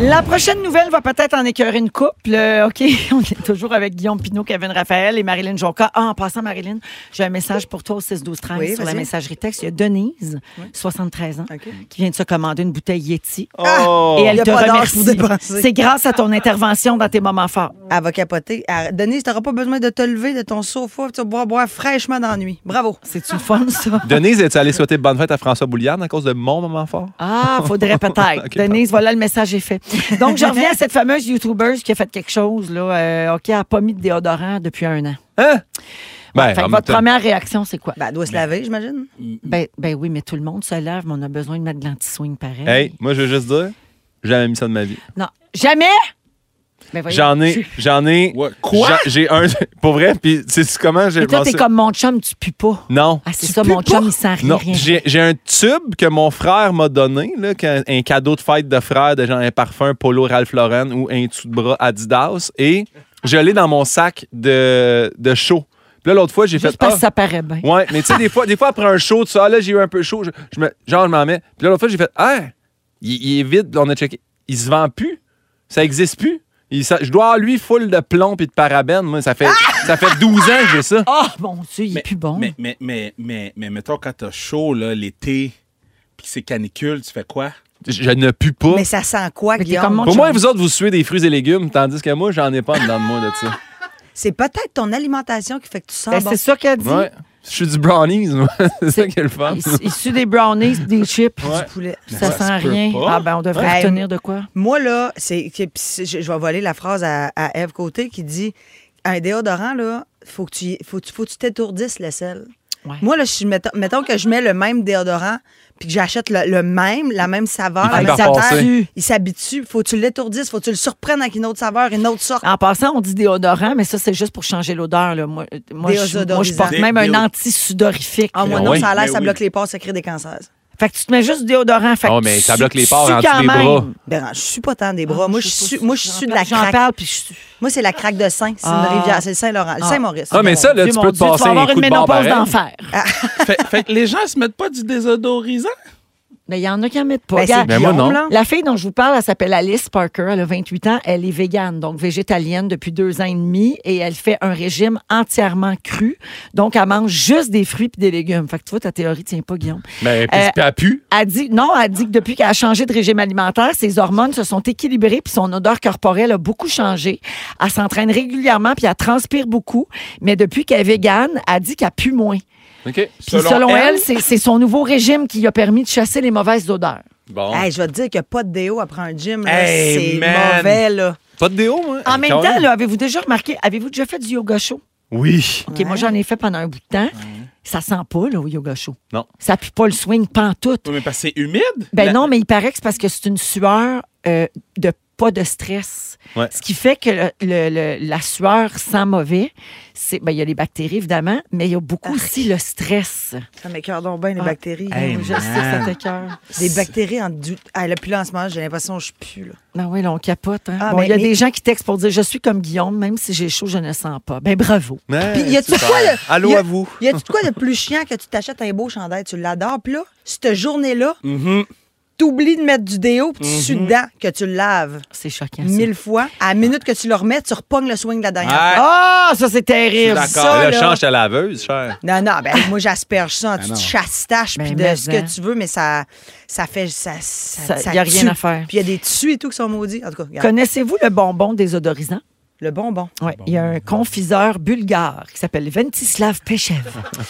S9: La prochaine nouvelle va peut-être en
S4: en
S9: écœurer
S4: écœurer
S9: une couple.
S4: Euh, OK, [laughs] on est toujours avec Guillaume Pinot, Kevin Raphaël et Marilyn Jonca. Ah, en passant, Marilyn, j'ai un message pour toi au 6 12 13
S5: Oui,
S4: sur la
S5: vas-y.
S4: messagerie texte. Il y a Denise, 73 ans,
S5: OK.
S4: qui vient de se commander une bouteille Yeti.
S6: Oh!
S4: Et
S5: Y
S4: elle
S5: a
S4: te
S5: pas d'âge pour
S4: remercie.
S5: dépenser.
S4: C'est grâce à ton intervention dans tes moments forts.
S5: Elle va capoter. Elle- Denise, t'auras pas besoin de te lever de ton sofa. Tu vas boire, boire fraîchement dans la nuit. Bravo.
S4: C'est une fun, ça?
S6: Denise, es-tu allée souhaiter bonne fête à François Bouliard à cause de mon moment fort?
S4: Ah, faudrait [laughs] peut-être.
S6: Ok,
S4: Denise, voilà, le message est fait. Donc, je reviens à cette fameuse YouTuber qui a fait quelque chose, là. euh, OK, elle n'a pas mis de déodorant depuis un an.
S6: Hein? Ben,
S4: Fait que
S6: en même
S4: votre
S6: temps-
S4: première réaction, c'est quoi?
S5: Ben, elle doit se laver, j'imagine.
S4: Ben, ben oui, mais tout le monde se lave, mais on a besoin de mettre de l'anti-swing pareil.
S6: Hey, moi, je veux juste dire, j'ai jamais mis ça de ma vie.
S4: Non. Jamais? Ben, voyons.
S6: J'en ai, j'en ai.
S7: Ouais. Quoi?
S6: J'en- J'ai un. [laughs] Pour vrai, puis c'est comment j'ai.
S4: Et toi,
S6: pensé-
S4: t'es comme mon chum, tu pues pas.
S6: Non.
S4: Ah, c'est ça, mon chum, il sent rien.
S6: Non,
S4: rien.
S6: j'ai j'ai un tube que mon frère m'a donné, là, qu'un- un cadeau de fête de frère de genre un parfum Polo Ralph Lauren ou un tout de bras Adidas et je l'ai dans mon sac de, de show. Puis là, l'autre fois, j'ai fait.
S4: Juste parce
S6: ah,
S4: que ça paraît bien.
S6: Ouais, mais tu sais, des fois, des fois, après un show, tout ça, Ah, là, j'ai eu un peu chaud, je, je me, genre, je m'en mets. Puis là, l'autre fois, j'ai fait, ah, il, il est vide, on a checké. Il se vend plus. Ça existe plus. Il- ça- je dois avoir, lui, full de plomb et de parabènes. Moi, ça fait, ça fait 12 ans que j'ai ça.
S4: Oh mon Dieu, il est plus bon.
S7: Mais, mais, mais, mais, mais mettons, quand t'as chaud, là, l'été, puis que c'est canicule, tu fais
S4: [laughs]
S7: quoi?
S6: Je, je ne pue pas.
S5: Mais ça sent quoi,
S4: Mais t'es
S5: Guillaume?
S4: comme mon
S6: Pour moi,
S4: chum.
S6: vous autres, vous suez des fruits et légumes, tandis que moi, j'en ai pas en dedans de moi de ça.
S5: C'est peut-être ton alimentation qui fait que tu sens
S4: Ben,
S5: bon.
S4: C'est ça qu'elle dit.
S6: Ouais. Je suis du brownies, moi. [laughs] C'est ça qui est le fun.
S4: Il, il suit des brownies, des chips,
S6: Ouais.
S5: du poulet.
S4: ça sent
S7: se peut
S4: rien.
S7: pas.
S4: Ah ben, on devrait
S5: Ouais.
S4: retenir de quoi?
S5: Moi, là, c'est, c'est- pis c'est- je, je vais voler la phrase à, à Ève Côté qui dit un déodorant, là, faut que tu, faut, que tu- faut que tu t'étourdisses le sel.
S4: Ouais.
S5: Moi, là, je suis- mettons, mettons que je mets le même déodorant puis que j'achète le, le même, la même saveur,
S6: Il
S5: la
S6: fait
S5: même
S6: pas
S5: saveur.
S6: passer.
S5: Il s'habitue. Faut que tu l'étourdisses, faut que tu le surprennes avec une autre saveur, une autre sorte.
S4: En passant, on dit déodorant, mais ça, c'est juste pour changer l'odeur. là. Moi, euh, moi, je,
S5: Déodorisant.
S4: moi, je porte
S7: Dé-
S4: même
S7: déo-
S4: un anti-sudorifique.
S5: Ah, moi,
S6: Ah
S5: non,
S6: oui,
S5: ça a l'air,
S4: ben
S7: mais
S5: ça
S7: oui.
S5: bloque les pores, ça crée des cancers.
S4: Fait que tu te mets juste du déodorant. Fait que
S6: Oh,
S4: tu
S6: mais ça
S4: sues-
S6: bloque les
S4: tu
S6: pores
S4: sues
S6: entre
S4: quand
S6: les
S4: même.
S6: bras.
S5: Ben, je suis pas tant des bras. moi, je
S4: sais Ah, pas
S5: suis,
S4: si
S5: moi, je
S4: j'en
S5: suis de
S4: parle.
S5: la
S4: J'en
S5: craque.
S4: parle, puis je suis...
S5: Moi, c'est la craque de Saint. C'est
S4: Ah.
S5: une rivière. C'est le Saint-Laurent. Le
S4: Ah.
S5: Saint-Maurice.
S6: Ah, mais ça, là,
S4: Dieu,
S6: tu
S4: mon
S6: peux te
S4: Dieu,
S6: passer
S4: tu vas
S6: un
S4: avoir
S6: coup
S4: une
S6: de barre
S4: ménopause
S6: pareil.
S4: d'enfer.
S7: fait, fait que les gens se mettent pas du désodorisant.
S4: Mais il y en a qui en mettent pas.
S5: Ben, c'est
S4: Regarde,
S6: Mais moi,
S5: Guillaume,
S6: non.
S5: là.
S4: La fille dont je vous parle, elle s'appelle Alice Parker. Elle a 28 ans. Elle est végane, donc végétalienne depuis deux ans et demi. Et elle fait un régime entièrement cru. Donc, elle mange juste des fruits et des légumes. Fait que tu vois, ta théorie tient pas, Guillaume.
S6: Mais Ben, puis,
S4: Euh,
S6: puis elle pue.
S4: Elle dit, non, elle dit que depuis qu'elle a changé de régime alimentaire, ses hormones se sont équilibrées puis son odeur corporelle a beaucoup changé. Elle s'entraîne régulièrement puis elle transpire beaucoup. Mais depuis qu'elle est végane, elle dit qu'elle pue moins.
S6: OK.
S4: Puis selon, elle, c'est c'est son nouveau régime qui lui a permis de chasser les mauvaises odeurs.
S6: Bon.
S5: Hey, je vais te dire que pas de déo après un gym, là,
S7: Hey,
S5: c'est
S7: man.
S5: mauvais, là.
S6: Pas de déo, moi.
S7: Euh,
S4: En même
S6: Quand
S4: temps, là, avez-vous déjà remarqué, avez-vous déjà fait du yoga chaud?
S6: Oui.
S4: OK, moi, j'en ai fait pendant un bout de temps. Ça sent pas, là, au yoga chaud.
S6: Non.
S4: Ça pue pas le swing pantoute.
S7: Oui, mais parce que c'est humide.
S4: Ben
S7: La-
S4: non, mais il paraît que c'est parce que c'est une sueur euh, de pas de stress.
S6: Ouais.
S4: Ce qui fait que le- le- le- la sueur sent mauvais. C'est, ben, il y a les bactéries, évidemment, mais il y a beaucoup aussi le stress.
S5: Ça m'écœure donc bien les
S4: Ah.
S5: bactéries.
S7: Ah. Hey,
S4: je sais, ça
S7: man.
S4: t'écoeure.
S5: Des bactéries en du. Ah, là, plus là, en ce moment, j'ai l'impression que je pue, là.
S4: Non, oui, là, on capote. hein.
S5: Ah,
S4: bon,
S5: ben,
S4: il y a
S5: mais-
S4: des gens qui textent pour dire Je suis comme Guillaume, même si j'ai chaud, je ne sens pas. Ben bravo.
S6: Mais
S5: Puis, y [laughs] a-tu
S6: super.
S5: quoi, le-
S6: Allô
S5: y a-
S6: à vous.
S5: Y a-tu de quoi de plus chiant que tu t'achètes un beau chandail, tu l'adores, puis là, cette journée-là,
S6: Mm.
S7: Mhm.
S5: t'oublies de mettre du déo, puis tu sues dedans, que tu le laves
S4: C'est choquant. ça.
S5: mille fois. À la minute que tu le remets, tu repognes le swing de la dernière
S7: Ah.
S5: fois.
S4: Ah, ça, c'est terrible.
S7: Je suis
S5: d'accord. ça,
S6: Là,
S5: là.
S6: change ta laveuse, cher.
S5: Non, non,
S7: [laughs]
S5: ben moi j'asperge ça en dessous de
S7: Ah non.
S5: chasse-tache
S4: Ben,
S5: puis de
S4: mais
S5: ce que
S4: en.
S5: tu veux, mais ça, ça fait. Ça, ça,
S4: Ça-
S5: ça
S4: y a rien
S5: tue.
S4: à faire.
S5: Puis il y a des tissus et tout qui sont maudits. En tout cas, regarde.
S4: Connaissez-vous le bonbon désodorisant?
S5: le bonbon.
S4: Oui, il y a un confiseur bulgare qui s'appelle Ventislav Pechev.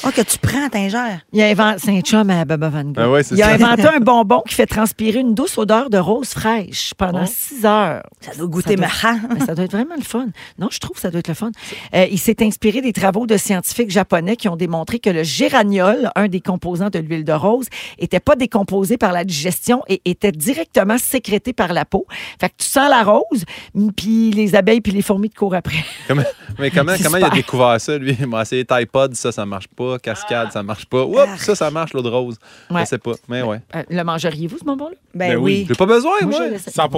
S5: Ah, que tu prends, t'ingères.
S4: Il a inventé, c'est un chum à Baba Van Gogh.
S6: Ah ouais, c'est
S4: il a
S6: ça.
S4: inventé un bonbon qui fait transpirer une douce odeur de rose fraîche pendant six heures.
S5: Ça doit goûter
S4: doit-
S7: [laughs]
S5: marrant.
S4: Mais ça doit être vraiment le fun. Non, je trouve que ça doit être le fun. Euh, il s'est inspiré des travaux de scientifiques japonais qui ont démontré que le géraniol, un des composants de l'huile de rose, était pas décomposé par la digestion et était directement sécrété par la peau. Fait que tu sens la rose, m- puis les abeilles puis les fourmis te courent après. [laughs]
S6: Comment- mais comment,
S4: C'est
S6: comment il a
S4: super.
S6: découvert ça, lui? Il m'a essayé Typod, ça, ça marche pas. Cascade, ça marche pas. Oups, ça, ça marche, l'eau de rose.
S4: Ouais.
S6: Je sais pas. Mais ouais.
S4: Euh, le mangeriez-vous, ce bonbon-là?
S5: Ben,
S7: Ben
S5: oui.
S7: oui.
S6: J'ai pas besoin, moi.
S4: Moi, je le sais.
S7: 100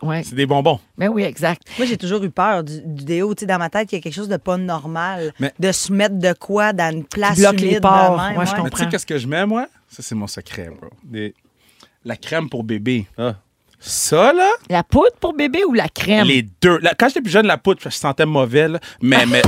S4: Ouais.
S7: C'est des bonbons.
S4: Ben oui, exact.
S5: Moi, j'ai toujours eu peur du, du déo. Tu sais, dans ma tête, il y a quelque chose de pas normal.
S7: Mais-
S5: De se mettre de quoi dans une place
S4: bloque
S5: humide
S4: les
S5: de
S4: pores.
S5: même,
S4: Ouais, je
S5: ouais.
S7: Mais tu sais,
S4: comprends.
S7: qu'est-ce que je mets, moi? Ça, c'est mon secret, bro.
S6: Des-
S7: La crème pour bébé.
S6: Ah.
S7: Ça, là,
S4: La poudre pour bébé ou la crème?
S7: les deux. Là, quand j'étais plus jeune, la poudre, je sentais mauvais, là. Mais,
S4: [laughs]
S7: mais.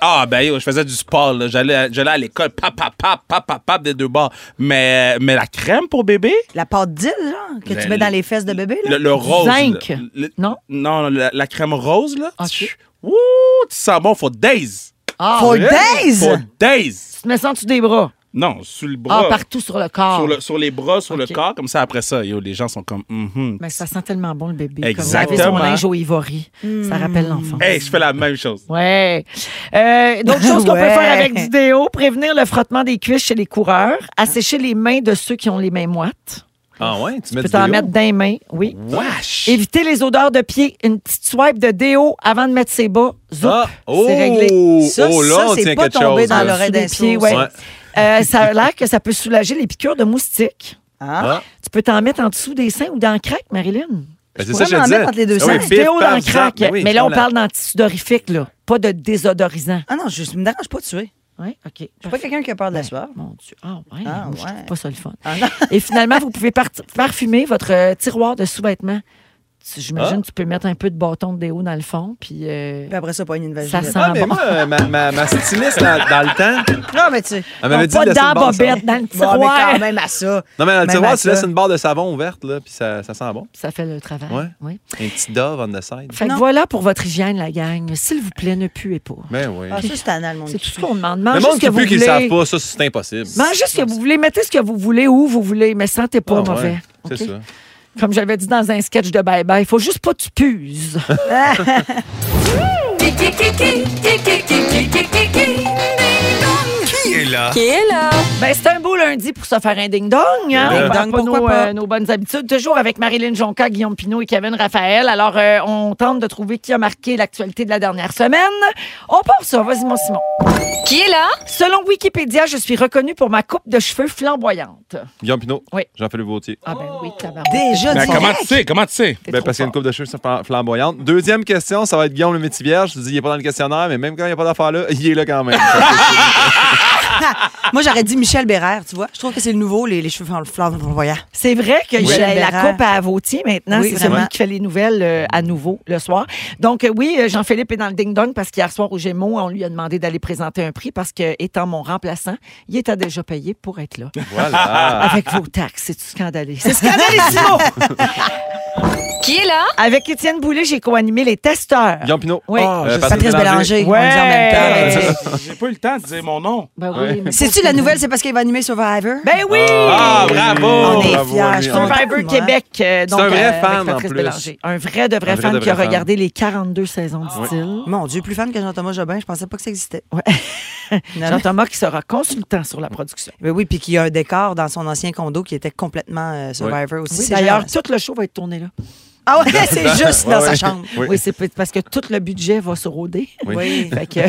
S7: Ah, ben, yo, je faisais du sport, là. J'allais à, j'allais à l'école, pap, pap, pap, pap, pap, pap, des deux bords. Mais, mais la crème pour bébé?
S5: La pâte d'île, genre, que tu
S7: Ben, Le-
S5: mets dans les fesses de bébé, là.
S7: Le, le rose.
S4: zinc.
S7: là. Le-
S4: Non? Ah,
S7: Non, la, la crème rose, là.
S4: Ok.
S7: Tu- Ouh, tu sens bon for days.
S4: Ah,
S5: For
S4: oui.
S5: days!
S7: For days.
S4: Tu te mets ça en dessous des bras.
S7: Non, sur le
S4: Ah,
S7: bras.
S4: partout sur le corps.
S7: Sur, le- sur les bras, sur
S4: Ok. Ben,
S7: le corps, comme ça, après ça, yo, les gens sont comme, mhm.
S4: Mais ça sent tellement bon le bébé. Comme
S7: Exactement.
S4: laver son linge au ivory. Ça rappelle l'enfant.
S7: Hey, je fais la même chose.
S4: Ouais. Euh, D'autres choses qu'on peut
S5: Ouais.
S4: faire avec du déo, prévenir le frottement des cuisses chez les coureurs, assécher les mains de ceux qui ont les mains moites.
S6: Ah ouais, tu mets
S4: Tu peux
S6: du
S4: t'en
S6: déo?
S4: mettre dans les mains, oui.
S6: Wesh!
S4: Éviter les odeurs de pied, une petite swipe de déo avant de mettre ses bas. Zoup,
S6: Ah, oh,
S4: c'est réglé.
S5: Ça,
S6: oh là,
S5: ça,
S6: on
S5: c'est
S6: tient
S5: pas
S6: quelque
S5: tombé
S6: chose.
S5: dans
S6: là.
S5: l'oreille.
S4: Sous les
S5: d'un
S4: pieds,
S5: sourd,
S4: ouais.
S6: ça.
S4: Euh, ça a l'air que ça peut soulager les piqûres de moustiques.
S5: Hein?
S6: Ah.
S4: Tu peux t'en mettre en dessous des seins ou dans le crack, Marilyn.
S6: Ben, c'est ça que je
S5: pourrais m'en
S6: disais.
S5: mettre entre les deux
S6: Ah oui,
S5: sens.
S6: pif,
S4: Déo dans le
S6: paf,
S4: crack.
S6: zap. Ben oui,
S4: Mais là, on
S6: voilà.
S4: parle d'antisudorifique, là. Pas de désodorisant.
S5: Ah non, je ne me dérange pas de tuer.
S4: Oui, OK.
S5: Je suis pas quelqu'un qui a peur de la sueur.
S4: Mon Dieu. Ah, ouais.
S5: Ah,
S4: moi, je trouve
S5: ouais.
S4: pas ça le fun.
S5: Ah non.
S4: Et finalement, vous pouvez par- parfumer votre euh, tiroir de sous-vêtements. Tu-
S6: Ah.
S4: J'imagine que tu peux mettre un peu de bâton de déo dans le fond, puis euh,
S5: Puis après ça, pas une vaginette.
S4: ça sent
S6: Ah, mais
S4: bon.
S6: moi, euh, ma, ma, ma styliste dans, dans le temps,
S5: Non, mais tu sais.
S6: elle
S4: Non,
S6: m'avait dit
S4: pas
S6: de laisser
S4: dans
S6: une
S4: la
S6: barre de savon.
S4: bobette, dans le
S5: [laughs] Bon,
S4: tiroir.
S5: mais quand même à ça.
S6: Non, mais dans le
S5: Même à
S6: tiroir, tu
S5: ça.
S6: laisses une barre de savon ouverte, là, puis ça, ça sent bon.
S4: Ça fait le travail.
S6: Ouais.
S4: Oui.
S6: Un petit dove on the side.
S4: Fait que
S5: Non.
S4: voilà pour votre hygiène, la gang. S'il vous plaît, ne puez pas.
S6: Ben oui.
S5: Ah, ça, c'est anal, mon
S4: C'est tout
S5: cul.
S4: ce qu'on demande. Mangez
S6: Le
S4: ce
S6: monde
S4: que
S6: qui
S4: vous
S6: pue qu'ils
S4: voulez.
S6: ne savent pas, ça, c'est impossible.
S4: Mangez ce que vous voulez, mettez ce que vous voulez où vous voulez, mais sentez pas
S6: Ah, ouais,
S4: mauvais.
S6: C'est
S4: OK?
S6: ça.
S4: Comme j'avais dit dans un sketch de Bye Bye, il faut juste pas que tu puses.
S10: Qui est là?
S11: Qui est là?
S4: Ben, c'est un beau lundi pour se faire un ding-dong. Hein? on perd
S5: Ding-dong,
S4: pas
S5: pourquoi
S4: nos,
S5: pas?
S4: euh, nos bonnes habitudes. Toujours avec Marilyn Jonca, Guillaume Pinot et Kevin Raphaël. Alors, euh, on tente de trouver qui a marqué l'actualité de la dernière semaine. On part ça. Vas-y, mon Simon.
S11: Qui est là?
S4: Selon Wikipédia, je suis reconnue pour ma coupe de cheveux flamboyante.
S6: Guillaume Pinot,
S4: Oui.
S6: Jean-Philippe Vautier.
S4: Ah ben
S11: Oh.
S4: oui, tabarnak.
S5: Déjà
S7: Mais
S5: dit.
S7: Ben, comment tu sais? Comment tu sais?
S4: t'es
S6: Ben,
S4: trop
S6: parce qu'il y a une
S4: fort.
S6: coupe de cheveux flam- flamboyante. Deuxième question, ça va être Guillaume le métier vierge. Je te dis, il n'est pas dans le questionnaire, mais même quand il n'y a pas d'affaire là, il est là
S4: [laughs]
S6: quand même.
S5: Moi, j'aurais dit Michel Bérère, tu vois. Je trouve que c'est le nouveau, les, les cheveux en flamme, on le voyait.
S4: C'est vrai que
S5: Oui.
S4: j'ai la
S5: Bérard.
S4: coupe à Vautier maintenant.
S5: Oui,
S4: c'est
S5: vraiment.
S4: celui qui fait les nouvelles euh, à nouveau le soir. Donc, euh, oui, euh, Jean-Philippe est dans le ding-dong parce qu'hier soir au Gémeaux, on lui a demandé d'aller présenter un prix parce que, étant mon remplaçant, il était déjà payé pour être là.
S6: voilà.
S4: Avec vos taxes, c'est tout scandaleux. C'est scandalissimo!
S11: Qui est là?
S4: Avec Étienne Boulay, j'ai co-animé Les Testeurs.
S6: Guillaume Pinot.
S4: Oui.
S7: Ah, je
S6: Patrice
S5: Patrice Bélanger, on le dit en
S4: Ouais.
S5: même temps.
S7: [laughs] J'ai pas eu le temps de dire mon nom.
S4: Ben oui,
S6: Ouais.
S4: mais-
S5: C'est-tu la nouvelle? C'est parce qu'il va animer Survivor?
S4: Ben oui!
S7: Ah, bravo!
S5: On est
S6: bravo,
S5: fiers,
S6: on est-
S5: je suis
S6: on est-
S5: contente.
S4: Survivor
S5: Ouais.
S4: Québec. euh, donc,
S6: un vrai
S4: euh, avec
S6: fan, en
S4: Patrice
S6: plus.
S4: Bélanger. Un vrai de vrai
S6: Un vrai
S4: fan
S6: de
S4: qui a
S6: vrai fan. Ah
S4: regardé les 42 saisons, dit-il.
S5: Mon Dieu, plus fan que Jean-Thomas Jobin, je pensais pas que ça existait. Non, non.
S4: Jean-Thomas qui sera consultant sur la production.
S5: Ben oui, puis qu'il y a un décor dans son ancien condo qui était complètement euh, Survivor aussi.
S4: Oui,
S5: C'est
S4: D'ailleurs,
S5: genre-
S4: tout le show va être tourné là.
S5: Ah ouais, c'est juste dans
S6: Ouais,
S5: sa
S6: ouais.
S5: chambre.
S6: Oui.
S4: Oui, c'est peut- parce que tout le budget va se rôder.
S6: Oui.
S5: Oui.
S4: [laughs] Fait que,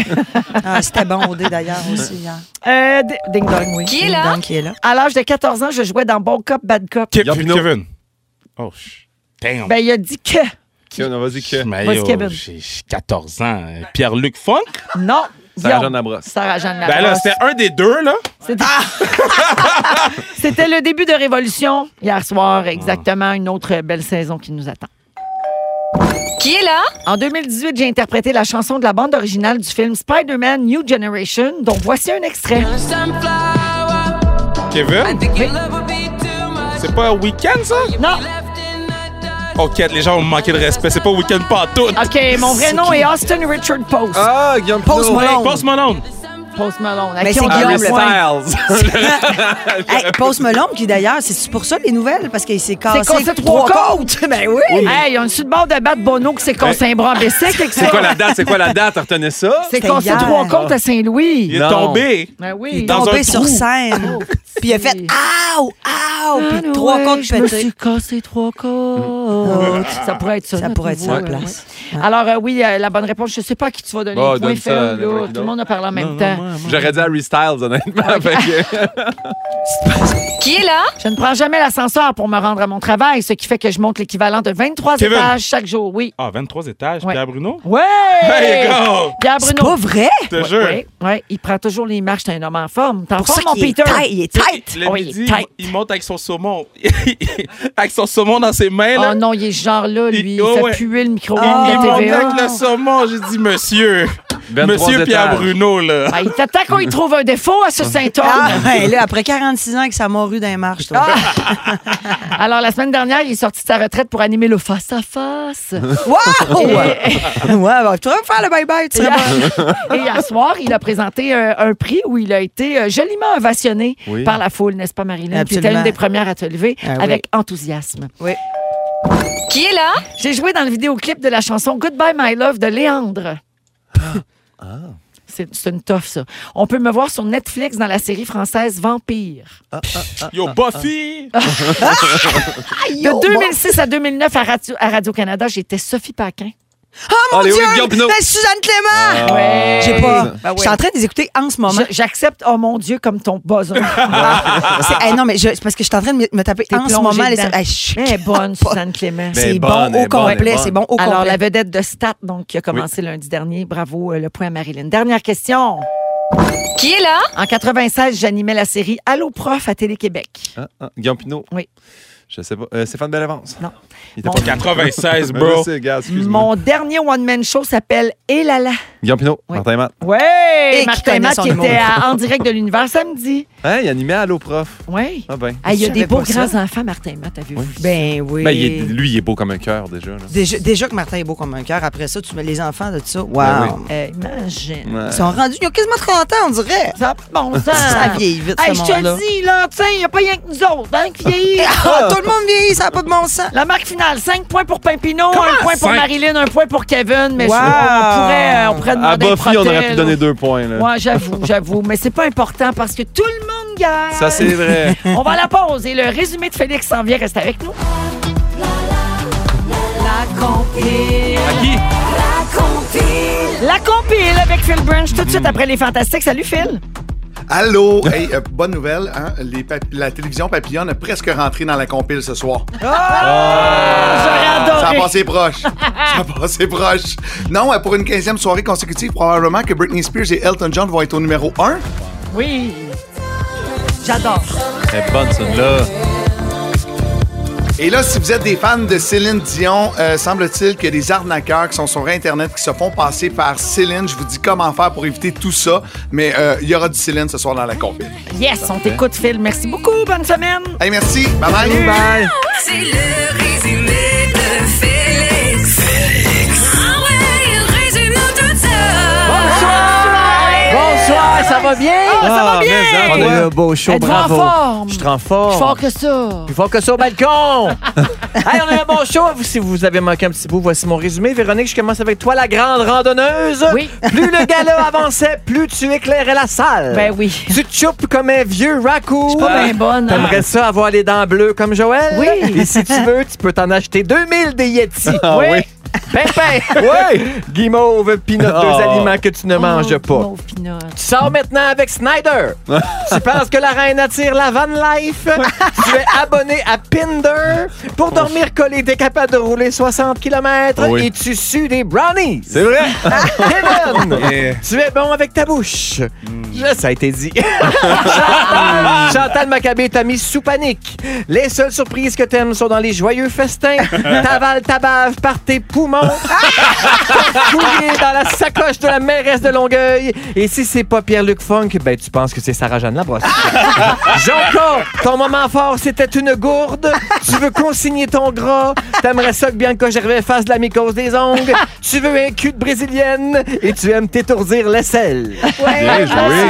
S5: Ah, C'était bon au dé d'ailleurs aussi. hier.
S4: euh, d- ding dong, oui.
S11: Qui est là?
S5: Donc, qui est là.
S4: À l'âge de 14 ans, je jouais dans Bon Cop, Bad Cop.
S7: Ke-
S6: Guillaume Pinot.
S7: Kevin. Oh, sh- damn.
S4: Ben, il a dit que.
S6: Guillaume, on va dire que.
S7: Mais
S4: Vas-y,
S7: yo,
S4: Kevin.
S7: j'ai j'ai 14 ans. Euh, Pierre-Luc Funk?
S4: Non.
S6: Sarah
S4: Guillaume.
S6: Jeanne Labrosse.
S4: Sarah-Jeanne
S7: Ben là,
S4: Labrosse.
S7: c'était un des deux, là.
S4: C'était C'était le début de Révolution hier
S6: Ah.
S4: soir, exactement. Une autre belle saison qui nous attend.
S11: Qui est là?
S4: En 2018, j'ai interprété la chanson de la bande originale du film Spider-Man New Generation, dont voici un extrait.
S7: Kevin? C'est pas week-end, ça?
S4: Non,
S7: Ok, les gens vont me manquer de respect. C'est pas week-end pas tout.
S4: OK, mon vrai nom est Austin Richard Post.
S6: Ah, Guillaume Pinot.
S5: Post Malone.
S7: Passe mon nom.
S4: Post Malone. à
S5: Mais
S4: qui
S5: c'est
S4: on donne
S5: Guillaume
S4: le
S5: le
S4: point. [laughs]
S6: Styles.
S5: Hey, Post Malone, qui d'ailleurs, c'est pour ça les nouvelles, parce qu'il s'est cassé
S4: cassé trois
S5: trois côtes. Ben oui.
S4: Hey, ils ont une chute bord de battre Bono qui s'est cassé un bras en bicycle avec
S6: C'est
S4: ça.
S6: quoi la date? C'est quoi la date? Retenez ça.
S4: C'est
S5: C'était
S4: cassé
S5: hier.
S4: trois comptes à Saint-Louis.
S7: Il
S6: Non.
S7: est tombé.
S4: Ben oui.
S7: Il est dans
S5: Tombé
S7: un
S5: sur
S7: trou.
S4: Ah,
S5: scène. Puis il a fait Aou, aou, puis trois
S4: Ouais,
S5: côtes
S4: Je me
S5: pétées.
S4: suis cassé trois côtes. ça pourrait être ça.
S5: Ah. Ça
S4: notre
S5: pourrait être ça,
S4: nouveau,
S5: la
S4: euh,
S5: place.
S4: ouais. Alors, euh, oui, euh, la bonne réponse, je ne sais pas à qui tu vas donner.
S6: Bon,
S4: le point
S6: Bah, donne ça à
S4: faible, là.
S6: n'importe qui
S4: Tout le
S6: d'autre.
S4: monde a parlé en même temps.
S6: J'aurais dit Harry Styles, honnêtement. fait que- [laughs]
S11: Qui est là?
S4: Je ne prends jamais l'ascenseur pour me rendre à mon travail, ce qui fait que je monte l'équivalent de 23
S7: Kevin.
S4: étages chaque jour. Oui.
S7: Ah, 23 étages,
S4: Ouais.
S7: Pierre Bruno?
S4: Ouais!
S7: Hey, go!
S4: Pierre
S5: C'est
S4: Bruno.
S5: pas vrai?
S7: Je te jure.
S4: Ouais, ouais, il prend toujours les marches. T'es un homme en forme. T'es en
S5: Pour
S4: forme,
S5: ça
S4: mon
S5: qu'il est
S4: Peter?
S5: tight, il est tight.
S7: Le
S4: Oui,
S7: midi,
S4: il est tight.
S7: il monte avec son saumon. [laughs] avec son saumon dans ses mains, là.
S4: Oh non, il est ce genre-là, lui.
S7: Il-
S4: Il,
S7: oh
S4: fait
S7: ouais. Oh,
S4: puer le micro-ondes
S7: Il
S4: de
S7: est monté
S4: TVA.
S7: avec le saumon. J'ai dit, monsieur.
S6: 23
S7: monsieur Pierre
S6: étages.
S7: Bruno, là.
S4: Ah, il t'attend quand il trouve un défaut hein, à ce symptôme.
S5: Ah, ouais, là, après 46 ans que ça m'a rue dans les marches, toi.
S4: Alors, la semaine dernière, il est sorti de sa retraite pour animer le
S5: [laughs]
S4: face-à-face.
S5: [laughs] Wow!
S4: Et-
S5: ouais, bah, tu vas me faire le bye-bye, tu
S4: Et
S5: serais bon.
S4: hier- Et hier soir, il a présenté euh, un prix où il a été euh, joliment ovationné
S6: Oui.
S4: par la foule, n'est-ce pas, Marilyn? Tu étais
S5: Absolument.
S4: une des premières à te lever
S5: Ah oui.
S4: avec enthousiasme.
S11: Qui est là?
S5: [gasps] Ah.
S4: J'ai joué dans le vidéoclip de la chanson Goodbye My Love de Léandre. c'est c'est une toffe, ça. On peut me voir sur Netflix dans la série française Vampire.
S11: Oh,
S7: Yo, Buffy!
S4: Ah. De 2006 à 2009 à Radio- à Radio-Canada, j'étais Sophie Paquin.
S5: Oh mon
S6: Allez,
S5: Dieu!
S6: oui, Guillaume Pinot.
S5: C'est Suzanne Clément!
S6: Ouais.
S5: J'ai pas.
S4: Ben ouais.
S5: Je suis en train de les écouter en ce moment.
S4: Je- J'accepte, oh mon Dieu, comme ton
S5: [laughs]
S4: buzzer.
S5: C'est- hey, non, mais je- c'est parce que je suis en train de me me taper
S4: T'es
S5: en ce
S4: plongée
S5: moment. les-
S4: dedans.
S5: Hey, je-
S4: Mais bonne, Suzanne Clément.
S6: Mais
S5: C'est bon
S6: bonne,
S5: au
S6: elle est bonne, elle est
S5: complet.
S6: bonne.
S5: C'est bon au
S4: Alors, la
S5: complet.
S4: vedette de Stat, donc, qui a commencé lundi dernier. Bravo, euh, le point à Marilyn. Dernière question.
S12: Qui est là?
S4: En 96, j'animais la série Allô, prof à Télé-Québec.
S6: Ah, ah, Guillaume Pinot.
S4: Oui.
S6: Je sais pas. Euh, Stéphane Bellavance.
S4: Non.
S6: Il était
S4: Mon-
S6: pas [laughs]
S7: 96,
S6: Mais
S7: bro.
S6: je sais, gars, excuse-moi.
S4: Mon dernier one-man show s'appelle Et là là.
S6: Guillaume Pinot,
S4: Oui.
S6: Martin Matt.
S4: Ouais!
S5: Et
S4: Martin
S5: qui connaît
S4: Matt
S5: son
S4: qui
S5: humour.
S4: était à- en direct de l'univers samedi.
S6: Hein, il animait Allo Prof.
S4: Oui.
S6: Ah ben.
S4: Ah, il y a
S5: Je
S4: des
S5: savais
S4: beaux
S5: pas ça.
S4: grands-enfants, Martin Matt, avez-vous
S6: Oui.
S4: vu?
S5: Ben oui.
S6: Ben, il est- lui, il est beau comme un cœur déjà. là.
S5: Déjà, déjà que Martin est beau comme un cœur. Après ça, tu mets les enfants de tout ça. Wow.
S6: Ben
S4: Euh, imagine.
S6: Ouais.
S5: Ils sont rendus. Ils ont quasiment 30 ans, on dirait.
S4: Ça n'a pas de bon sens.
S5: [laughs] Ça vieillit vite,
S4: Ah. Hey,
S5: ce
S4: je te
S5: monde-là.
S4: le dis, là, tiens, il n'y a pas rien que nous autres hein, qui vieillit.
S5: [laughs] Ah, tout le monde vieillit, ça n'a pas de bon sens.
S4: La marque finale, 5 points pour Pimpino, 1 point pour
S7: cinq?
S4: Marilyn, 1 point pour Kevin, mais je-
S5: Wow.
S4: on, pourrait, euh, on pourrait
S6: À
S4: demander un
S6: Buffy, on aurait pu
S4: protège.
S6: donner deux points. Là.
S4: Ouais, j'avoue, j'avoue, mais c'est pas important parce que tout le monde gagne.
S6: Ça, c'est vrai.
S4: On va à la pause et le résumé de Félix s'en vient, reste avec nous.
S6: À qui?
S4: La compile avec Phil Branch tout de suite après les fantastiques. Salut
S6: Euh,
S4: Phil.
S13: Allô! Hey, euh, bonne nouvelle, hein? Les pap- la télévision papillonne est presque rentrée dans la compile ce soir.
S4: J'aurais
S13: Ça a
S4: adoré.
S13: passé proche. Ça a passé proche. Non, euh, pour une 15e soirée consécutive, probablement que Britney Spears et Elton John vont être au numéro 1.
S4: Oui. J'adore.
S6: Elle est bonne, celle-là.
S13: Et là, si vous êtes des fans de Céline Dion, euh, semble-t-il qu'il y a des arnaqueurs qui sont sur Internet qui se font passer par Céline. Je vous dis comment faire pour éviter tout ça, mais euh, il y aura du Céline ce soir dans la compile.
S4: Yes, on t'écoute Phil. Merci beaucoup. Bonne semaine.
S13: Hey, merci. Bye-bye. bye bye
S1: C'est le résumé de Félix. Félix. Ah ouais, il résume tout ça.
S14: Bonsoir, ça va bien?
S6: Ah, mais ça,
S14: On
S6: toi.
S14: a eu un beau show,
S4: Êtes-vous
S14: bravo.
S4: en forme?
S14: Je suis en forme.
S4: Fort que ça.
S14: Plus fort que ça au balcon. [laughs] hey, on a eu un bon show. Si vous avez manqué un petit bout, voici mon résumé. Véronique, je commence avec toi, la grande randonneuse.
S4: Oui.
S14: [laughs] Plus le gala avançait, plus tu éclairais la salle.
S4: Ben oui.
S14: Tu te choupes comme un vieux raccoon.
S4: Pas bien bonne. hein?
S14: T'aimerais ça avoir les dents bleues comme Joël?
S4: Oui.
S14: Et si tu veux, tu peux t'en acheter 2000 des Yeti.
S6: Ah oui.
S14: Pimpin.
S6: [laughs]
S14: Guimauve, peanut,
S6: Oh.
S14: deux aliments que tu ne manges pas.
S4: Mauve pinot.
S14: Tu sors maintenant avec
S6: [laughs]
S14: Snyder. tu penses que la reine attire la van life? tu es abonné à Pinder. Pour dormir collé, t'es capable de rouler 60 km
S6: Oh, Oui.
S14: et tu sues des brownies.
S6: C'est vrai.
S14: Kevin,
S7: Yeah.
S14: tu es bon avec ta bouche. Je- ça a été dit. Chantal, Chantal Maccabé t'a mis sous panique. Les seules surprises que t'aimes sont dans les joyeux festins. T'avales ta bave par tes poumons. T'as fouillé dans la sacoche de la mairesse de Longueuil. Et si c'est pas Pierre-Luc Funk, ben tu penses que c'est Sarah-Jeanne Labrosse. Jonca, ton moment fort, c'était une gourde. Tu veux consigner ton gras. T'aimerais ça que Bianca Gervais fasse de la mycose des ongles. Tu veux un cul de brésilienne. Et tu aimes t'étourdir l'aisselle.
S6: Bien joué.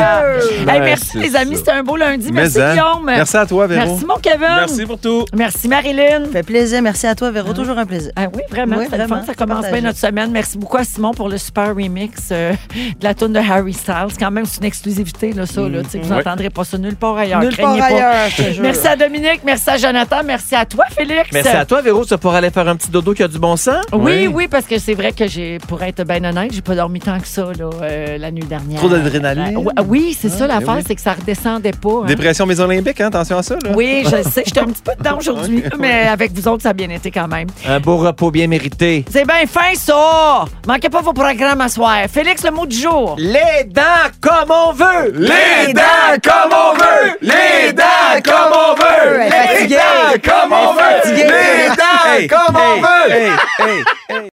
S6: Ben,
S4: Hey, merci
S6: c'est
S4: les amis,
S6: ça.
S4: c'était un beau lundi.
S6: Mais
S4: Merci
S6: en-
S4: Guillaume.
S6: Merci à toi, Véro.
S4: Merci mon Kevin.
S7: Merci pour tout.
S4: Merci Marilyn.
S5: Ça fait plaisir. Merci à toi, Véro. Toujours un plaisir.
S4: Ah oui, vraiment,
S5: Oui,
S4: c'était le
S5: vraiment,
S4: fun. ça commence
S5: partagé.
S4: bien notre semaine. Merci beaucoup à Simon pour le super remix euh, de la tune de Harry Styles. Quand même, c'est une exclusivité, là, ça. Là, tu sais, vous n'entendrez pas ça nulle part ailleurs.
S5: Nulle part
S4: Craignez pas.
S5: ailleurs, je te jure.
S4: Merci à Dominique, merci à Jonathan, merci à toi, Félix.
S14: Merci à toi, Véro, ça pourrait aller faire un petit dodo qui a du bon sens.
S4: Oui, oui,
S6: Oui.
S4: parce que c'est vrai que j'ai, pour être bien honnête, j'ai pas dormi tant que ça là, euh, la nuit dernière. Euh,
S6: Trop d'adrénaline.
S4: Ouais, Oui, c'est ça l'affaire,
S6: oui.
S4: c'est que ça redescendait pas. hein.
S6: Dépression mais olympique, hein? attention à ça. Là.
S4: Oui, je le sais, j'étais un petit peu dedans aujourd'hui, mais avec vous autres, ça a bien été quand même.
S14: Un beau repos bien mérité.
S4: C'est bien fin, ça! Manquez pas vos programmes à soir. Félix, le mot du jour.
S14: Les dents comme on veut!
S7: Les dents comme on veut! Les dents comme on veut!
S5: Elle est
S7: Les
S5: fatiguée.
S7: dents comme on veut!
S5: Fatiguée.
S7: Les dents comme on veut!